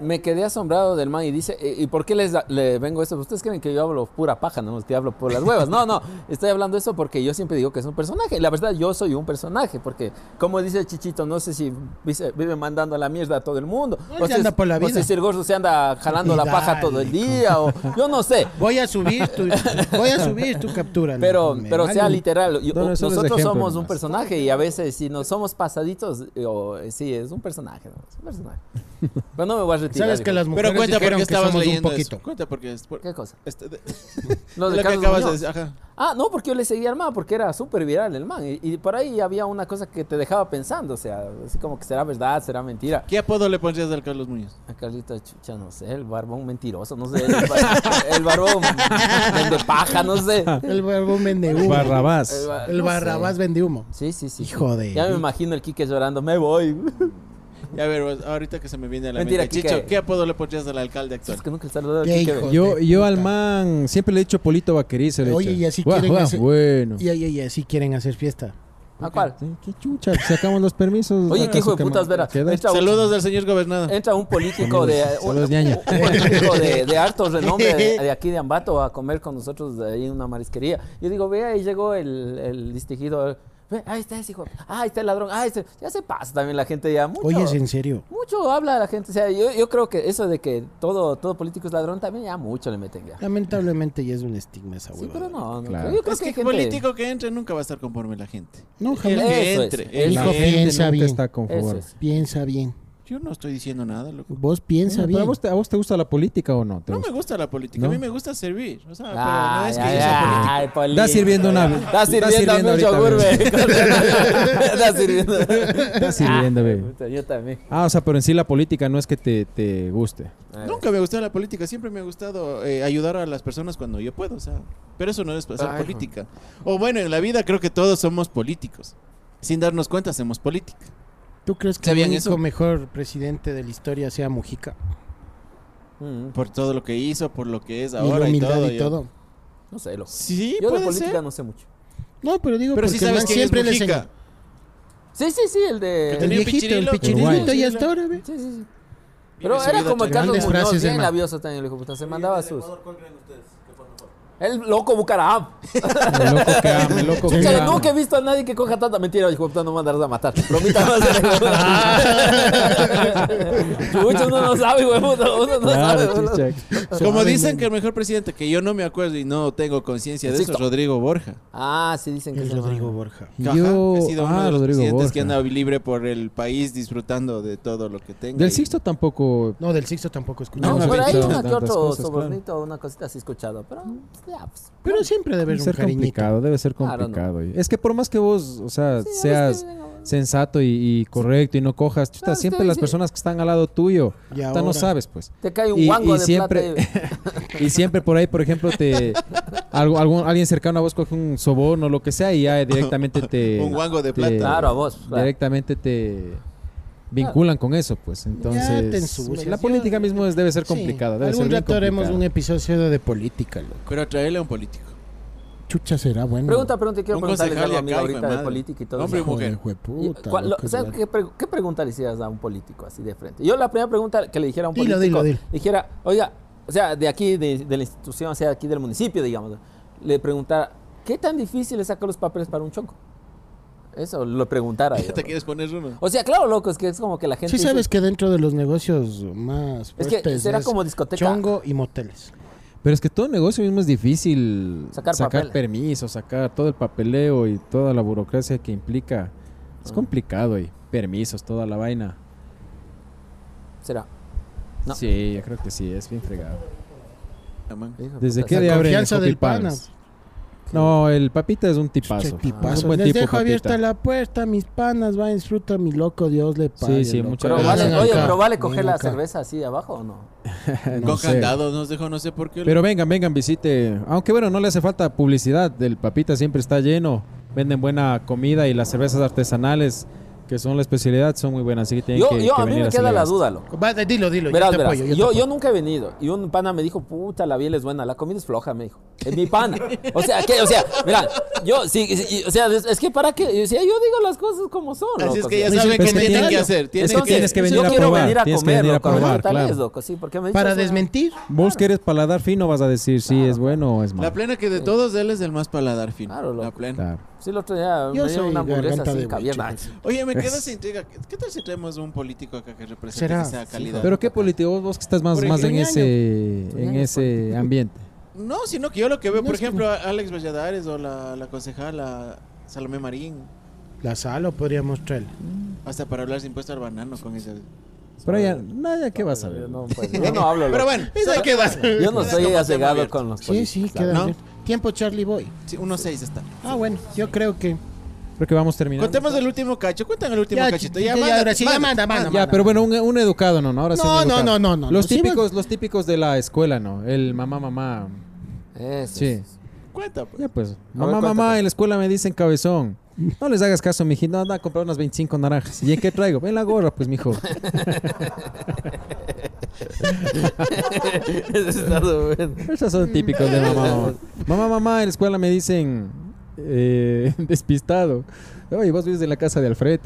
Me quedé asombrado del man y dice, eh, ¿y por qué les da- le vengo esto? Ustedes creen que yo hablo pura paja, no, es que hablo por las huevas. No, no, estoy hablando eso porque yo siempre digo que es un personaje. Y la verdad, yo soy un personaje, porque como dice Chichito, no sé si vice- vive mandando a la mierda a todo el mundo. No, él se anda por la no sé vida. si el gordo se anda jalando Y la paja dale, todo el día, o yo no sé. Voy a subir tu, voy a subir tu captura. ¿no? Pero, Me pero vale. sea literal, yo- No, no, solo es nosotros ejemplo somos un nomás. personaje y a veces si nos somos pasaditos, eh, o, eh, sí, es un personaje, ¿no? es un personaje. Pero no me voy a retirar. Sabes que hijo. las mujeres Pero cuenta por dijeron qué que estabas somos un leyendo poquito. eso. Cuenta por qué. es por- ¿Qué cosa? este- de- Lo de lo que Carlos acabas de Muñoz. decir. Ajá. Ah, no, porque yo le seguía al man, porque era súper viral el man. Y, y por ahí había una cosa que te dejaba pensando, o sea, así como que será verdad, será mentira. ¿Qué apodo le pondrías al Carlos Muñoz? A Carlitos, chucha, no sé, el barbón mentiroso, no sé, el, bar- el barbón de paja, no sé. El barbón vende humo. Barrabás. ba- El no sé. barrabás vende humo. Sí, sí, sí. sí. Hijo de- Ya me imagino el Quique llorando, me voy. Ya, a ver, vos, ahorita que se me viene a la Mentira, mente. Quique. Chicho, ¿qué apodo le pondrías al alcalde actual? Es que nunca el saludo Qué aquí que- hijo. Yo, yo al man siempre le he dicho Polito Vaquerizo. le he Oye, dicho. y así Guau, quieren guau, hacer- Bueno. Y ahí, ahí, así quieren hacer fiesta. ¿A cuál? Sí, ¿Qué chucha? Sacamos los permisos. Oye, saca qué hijo su de putas, cama- verás. queda- Entra un, Saludos del señor gobernador. entra un político de un, Saludos, ñaña. un político de, de harto renombre de, de aquí de Ambato a comer con nosotros de ahí en una marisquería. Yo digo, ve, ahí llegó el, el distinguido. Ve, ahí está ese hijo. Ah, ahí está el ladrón. Ah, este. Ya se pasa también la gente ya mucho. Oye, es en serio. mucho habla la gente. O sea, yo, yo creo que eso de que todo, todo político es ladrón también ya mucho le meten Ah, ya. Lamentablemente ya es un estigma esa Sí, huevada. pero no. no Claro. creo. Yo creo Es que el hay gente- político que entre nunca va a estar conforme la gente. No, El jamás. que Eso es, entre. eso el Hijo, que- Gente piensa nunca bien. está Eso conforme. es. Piensa bien. Yo no estoy diciendo nada, loco. Vos piensa Pero bien. ¿a vos te- ¿A vos te gusta la política o no? ¿Te No me gusta? gusta la política, a ¿No? mí me gusta servir. O sea, Ah, pero no Ay, es que ay, yo sea político. ay, político. Está sirviendo una. Está sirviendo mucho, ahorita, Gurbe. bebé. Está sirviendo. Está sirviendo, bebé. Puta, Yo también. Ah, o sea, pero en sí la política no es que te, te guste. Nunca me gustó la política, siempre me ha gustado eh, ayudar a las personas cuando yo puedo, o sea, pero eso no es hacer Ay, política. O bueno, en la vida creo que todos somos políticos. Sin darnos cuenta hacemos política. ¿Tú crees que el ¿Sabían único eso? mejor presidente de la historia sea Mujica? Mm, Por todo lo que hizo, por lo que es y la ahora y, humildad todo. y yo- todo. No sé, loco. Sí, Yo de puede política ser. no sé mucho. No, pero digo, Pero porque sí el sabes man quién es le Mujica. enseña. Sí, sí, sí, el Que de. El tenía un viejito, el pichirilo. pichirilito y Uruguay. hasta ahora, ve. Sí, sí, sí. Vive Pero su era vida como el Carlos tranquila. Grandes Muñoz, frases del bien man. labioso también, el hijo puta. Se mandaba sus. El loco Bucaram. Me loco que ama, me loco que Chucha, ama. nunca he visto a nadie que coja tanta mentira, hijo puta, no mandarás a matar. Bromita más de Chucha, uno no sabe, güey, puta, uno no sabe. Claro, boludo. chucha. Como Suave, dicen man. que el mejor presidente, que yo no me acuerdo y no tengo conciencia de eso, es Insisto. Rodrigo Borja. Ah, sí, dicen que El se llama. Rodrigo Borja. Ajá, Yo. ha sido uno Ah, de los Rodrigo presidentes que Borja. anda libre por el país disfrutando de todo lo que tenga. Del y- Sixto tampoco. No, del Sixto tampoco escuché. No, No, por no ahí he uno que tantas otro cosas, Mm. sobornito, una cosita así escuchado, pero ya, pues. Pero siempre debe Debe haber un ser cariñito. complicado, debe ser Claro, no. complicado. Es que por más que vos, o sea, Sí, seas ahora estoy- sensato y, y correcto y no cojas, chuta, No, siempre estoy- las sí. personas que están al lado tuyo, Y chuta, ahora. no sabes, pues. Te cae un Y- guango y de siempre- plata. Y siempre por ahí, por ejemplo, [LAUGHS] te algo, algún- alguien cercano a vos coge un soborno o lo que sea y ya directamente [LAUGHS] te Un guango de te- plata. Claro, a vos. eh, claro. directamente te vinculan con eso, pues. Entonces, te ensucias. la política Yo- mismo es- debe ser Sí, complicada, debe ser Algún bien rato haremos un complicada. episodio de política, loco. Pero traerle a un político. Chucha será bueno. Pregunta, pregunta, quiero Un preguntarles algo concejal y a mi acá, hijo de ahorita de madre. política y todo Hombre, eso. mujer. Y- ¿cuál- lo- ¿sabes qué, pre- qué pregunta le hicieras a un político así de frente? Yo la primera pregunta que le dijera a un Dilo, político, dilo, dilo. dijera, oiga, o sea, de aquí, de, de la institución, o sea, aquí del municipio, digamos, le preguntara, ¿qué tan difícil es sacar los papeles para un chonco? Eso lo preguntara. [LAUGHS] Ya yo, te loco. quieres poner uno. O sea, claro, loco, es que es como que la gente. Sí dice- sabes que dentro de los negocios más Es que fuertes será es como discoteca. chongo y moteles. Pero es que todo negocio mismo es difícil Sacar papel. permisos, sacar todo el papeleo y toda la burocracia que implica. Mm. Es complicado y permisos, toda la vaina. Será. No. Sí, yo creo que sí, es bien fregado. man. Hijo de ¿Desde puta, qué esa día abren confianza el del Hopi pana. Panas? No, el papita es un tipazo. Che, Es tipazo. un buen Les tipo, dejo abierta papita. la puerta, mis panas, va, disfruta, mi loco, Dios le pague. sí, loco. muchas Pero gracias. vale, Vengan oye, acá, pero vale vengan coger la acá. cerveza así abajo o no. [LAUGHS] No Con sé. candados nos dejó, no sé por qué. Pero vengan, vengan, visite. Aunque bueno, no le hace falta publicidad. El papita siempre está lleno. Venden buena comida y las cervezas artesanales, que son la especialidad, son muy buenas. Así que tienen Yo, que, yo que a mí venir a me queda hacerle la gasto. duda, loco. Va, de- dilo, dilo, Verás, yo te verás, apoyo. Yo, yo, te yo apoyo. nunca he venido. Y un pana me dijo, puta, la biel es buena, la comida es floja, me dijo. Es mi pana. O sea, que, o sea, mira, yo, sí, sí, o sea, es, es que para qué, o sea, yo digo las cosas como son. Así es loco, que o ya sea. saben Pues qué que tienen que tienen- hacer. Tienen Entonces, que- tienes que venir yo a quiero probar, venir a tienes que comer, venir a loco, probar, tal vez, claro. loco, sí, porque me dices, Para bueno, desmentir, Vos que eres paladar fino, vas a decir si es bueno o es malo. La plena que de todos él es el más paladar fino. Claro, loco. La plena. Claro. Sí, el otro día Yo me dio soy una hamburguesa garganta así, de cabierna. buche. Oye, me quedo sin intriga. ¿Qué- ¿Qué tal si traemos un político acá que represente Será. esa calidad? Pero qué político, vos, vos que estás más, Por más en ejemplo, ese, en ñaño es ese ambiente. No, sino que yo lo que veo, No por es que- ejemplo, a Alex Valladares o la, la concejala Salomé Marín, la sal o podríamos traerla. hasta para hablar de impuesto al banano con ese. Pero ya, nada, ¿qué vas a Yo ver? no, pues, yo no hablo, Pero loco. bueno, ¿sabes qué vas? Yo no soy Como tema asegado abierto. con los Sí, políticos, sí, la queda ¿no? bien. Tiempo Charlie Boy. Sí, 1-6 está. Ah, bueno, yo creo que... Creo que vamos terminando. Contemos el último cacho, cuentan el último Ya, cachito. ch- Ya, ya, manda, ahora sí, ya manda, manda, Ya, pero bueno, un, un educado, ¿no? ¿no? Ahora sí No, un no, educado. no, no, no, Los no, sí, típicos, los típicos de la escuela, ¿no? El mamá, mamá. Eso, Sí. Cuenta, pues. Ya pues. ver, Mamá, cuéntame. mamá, en la escuela me dicen cabezón. No les hagas caso, mijito. Anda a comprar unas 25 naranjas. ¿Y en qué traigo? En la gorra, pues, mijo. [LAUGHS] Eso está bueno. Esos son típicos de mamá, mamá. Mamá, mamá, en la escuela me dicen eh, [LAUGHS] despistado. Oye, vos vives en la casa de [LAUGHS] Alfredo.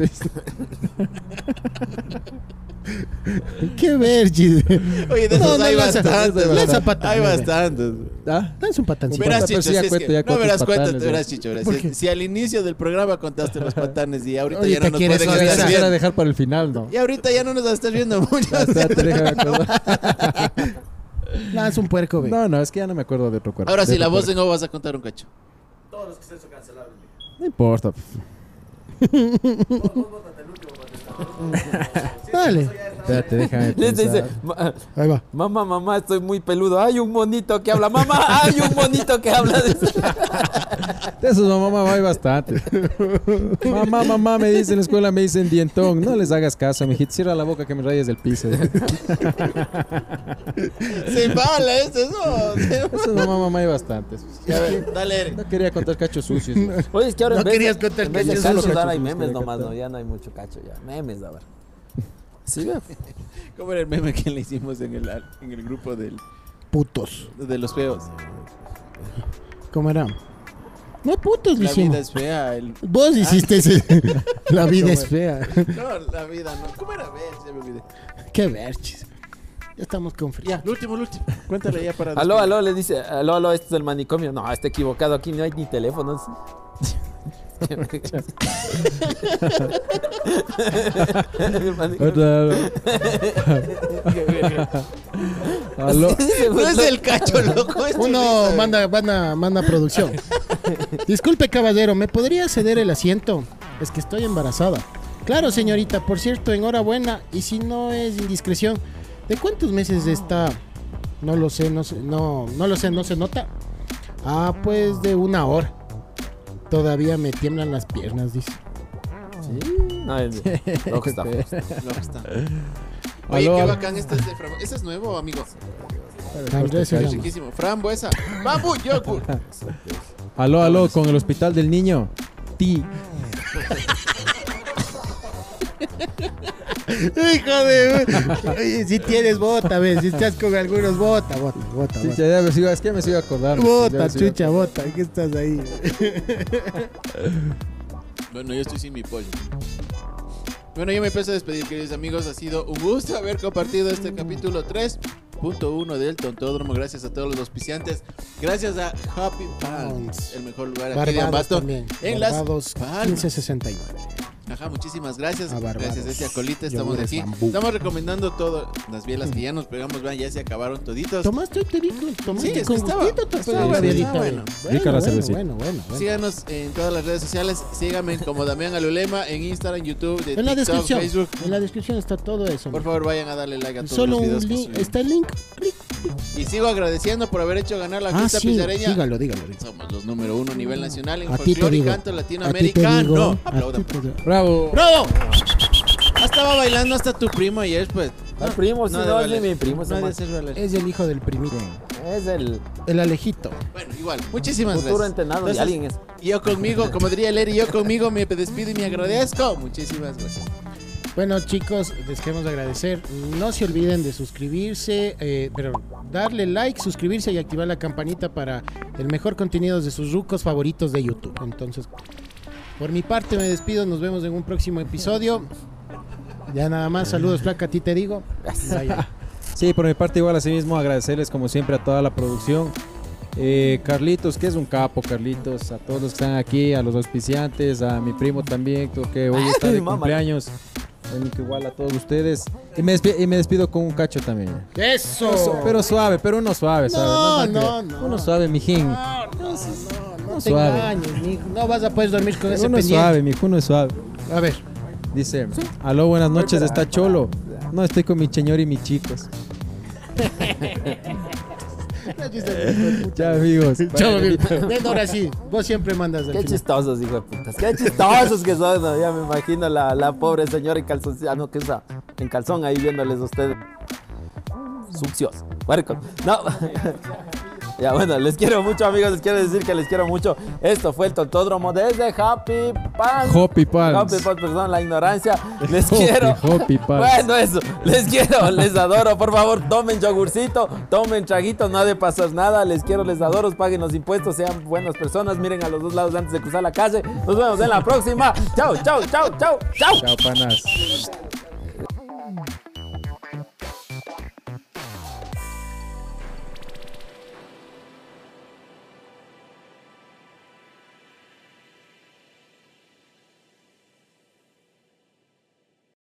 ¡Qué vergis! Oye, de esos No, no, hay lanza- bastantes. lanza ¿no? patada, Hay mira. bastantes. ¿Ah? Dance un patancito. Verás, Pero Chicho, sí, si ya es cuento, que- ya no cuento verás, los cuenta, patanes, verás, ya. Chicho. verás, si, si al inicio del programa [LAUGHS] contaste los patanes y ahorita, Ahorita ya no nos quieres Eso pueden ya estar se van a viendo. dejar para el final, ¿no? Y ahorita ya no nos [LAUGHS] estás viendo mucho. O sea, te dejan acordar. Lanza un puerco, ve. No, no, es que ya no me acuerdo de otro cuerpo. Ahora de sí, otro la voz cuerpo. de nuevo vas a contar un cacho. No importa. Dale. Espérate, déjame Les dice, pensar. "Ma- Ahí va. mamá, mamá, estoy muy peludo. Hay un monito que habla. Mamá, hay un monito que habla. De esos mamá, mamá hay bastante. mamá, mamá, me dicen en la escuela, me dicen dientón. No les hagas caso, mijito. Cierra la boca que me rayes del piso. Se embala este, no. [LAUGHS] se- Esos mamá, mamá hay bastante. Ya ver, dale. No quería contar cachos sucios. [LAUGHS] [LAUGHS] Oye, es que ahora No en vez de- querías contar en vez de cachos, solo cachos, ahora cachos hay los memes quería nomás, contar. no, ya no hay mucho cacho ya. Memes ahora. Sí, ve. ¿Cómo era el meme que le hicimos en el, al- en el grupo del, Putos. de los feos? ¿Cómo era? No putos, le La vida hicimos. es fea. el- Vos hiciste ese. La vida es fea. [LAUGHS] No, la vida no. ¿Cómo era? Ver, se me olvidé. ¡Qué verchis! Ya estamos con frío. Ya, lo último, lo último. Cuéntale ya para. Aló, aló, le dice, aló, aló, esto es el manicomio. No, está equivocado, aquí no hay ni teléfonos. El manicomio. Otra- [LAUGHS] [LAUGHS] Aló. No es el cacho, loco. es Uno chorizo. manda, manda, manda producción. Disculpe, caballero, ¿me podría ceder el asiento? Es que estoy embarazada. Claro, señorita, por cierto, enhorabuena. Y si no es indiscreción, ¿de cuántos meses está? No lo sé, no sé, no, no lo sé, no se nota. Ah, pues de una hora. Todavía me tiemblan las piernas, dice. No, es- [LAUGHS] loco está. Loco está. Oye, Aló, qué aló. bacán este es de Fran. Este es nuevo, amigo. Andrés se Es llama. riquísimo. Frambuesa. Bambu, yogur. Aló, aló, con el hospital del niño. Ti. Hijo de. Oye, si tienes bota, ves. Si estás con algunos, bota, bota, bota. bota. Chucha, ya me sigo- es que me sigo acordando. Ya Bota, me sigo chucha, bota, ¿qué estás ahí? Bueno, yo estoy sin mi pollo. Bueno, yo me empiezo a despedir, queridos amigos. Ha sido un gusto haber compartido este capítulo 3 3.1 del Tontódromo. Gracias a todos los auspiciantes. Gracias a Happy Pants, el mejor lugar aquí de Barbados Ambato. también. En Barbados las Palmas. 1569. Ajá, muchísimas gracias. A Barbados. gracias, Este Acolita. Estamos Yogures aquí. bambú. Estamos recomendando todo. Las bielas que ya nos pegamos, vean, ya se acabaron toditos. ¿Tomaste un tirico? Sí, ¿Tomaste es que con estaba- gustito tu estaba cervecita? bueno, estaba bueno. Rica la bueno, cervecita. Bueno, bueno, bueno. Síganos en todas las redes sociales. Síganme como Damián Alulema en Instagram, YouTube, de en la TikTok, descripción. Facebook. En la descripción está todo eso. Por favor, vayan a darle like a todos Solo los un videos que link. subimos. Está el link. Clic. Y sigo agradeciendo por haber hecho ganar la Ah, fiesta sí. pizareña. Dígalo, dígalo. Somos los número uno a nivel nacional en A ti te folclore y digo. canto A ti te digo. latinoamericano. A ti Aplaudan. te digo. Bravo. ¡Bravo! Ah, estaba bailando hasta tu primo ayer, pues. Al primo, si no, no es de eh, ni valer. mi primo, ese No ha de man. ser valer. Es el hijo del primito. es el El alejito. Bueno, igual. Muchísimas futuro gracias. entrenado de Entonces, alguien. Es. Yo conmigo, como diría Leri, yo conmigo me despido y me agradezco. Muchísimas gracias. Bueno, chicos, les queremos agradecer. No se olviden de suscribirse, eh, pero darle like, suscribirse y activar la campanita para el mejor contenido de sus rucos favoritos de YouTube. Entonces, por mi parte me despido, nos vemos en un próximo episodio. Ya nada más, saludos, flaca, a ti te digo. Vaya. Sí, por mi parte igual así mismo agradecerles como siempre a toda la producción. Eh, Carlitos, que es un capo, Carlitos, a todos los que están aquí, a los auspiciantes, a mi primo también, creo que hoy está de mamá. cumpleaños. Bueno, que Igual a todos ustedes. Y me, despi- y me despido con un cacho también. ¡Eso! Pero suave, pero uno suave, ¿sabes? No, es mentira. no, no. Ah, Uno suave, mijín. no, no, no, no te Suave. engañes, mijo. No vas a poder dormir con ese Uno es pendiente. suave, mijo, uno es suave. A ver, Dice, aló, buenas noches, está cholo. No, estoy con mi señor y mis [LAUGHS] chicos. Ya, amigos. chavo, ven ahora sí, vos siempre mandas. al Qué final. chistosos, hijo de putas. Qué chistosos que son. ¿no? Ya me imagino la, la pobre señora en calzón. Ah, no, que usa en calzón ahí viéndoles a ustedes. Sucios. Puerco. No. [LAUGHS] Ya bueno, les quiero mucho, amigos. Les quiero decir que les quiero mucho. Esto fue el Tontódromo desde Happy Pants. Hoppy Pants. Happy Pants, perdón, [LAUGHS] la ignorancia. Les Hoppy, quiero. Hoppy Pants. Bueno, eso. Les quiero, les adoro. Por favor, tomen yogurcito, tomen traguito, no ha de pasar nada. Les quiero, les adoro. Paguen los impuestos, sean buenas personas. Miren a los dos lados antes de cruzar la calle. Nos vemos en la próxima. Chao, chao, chao, chao, chao. Chao, panas.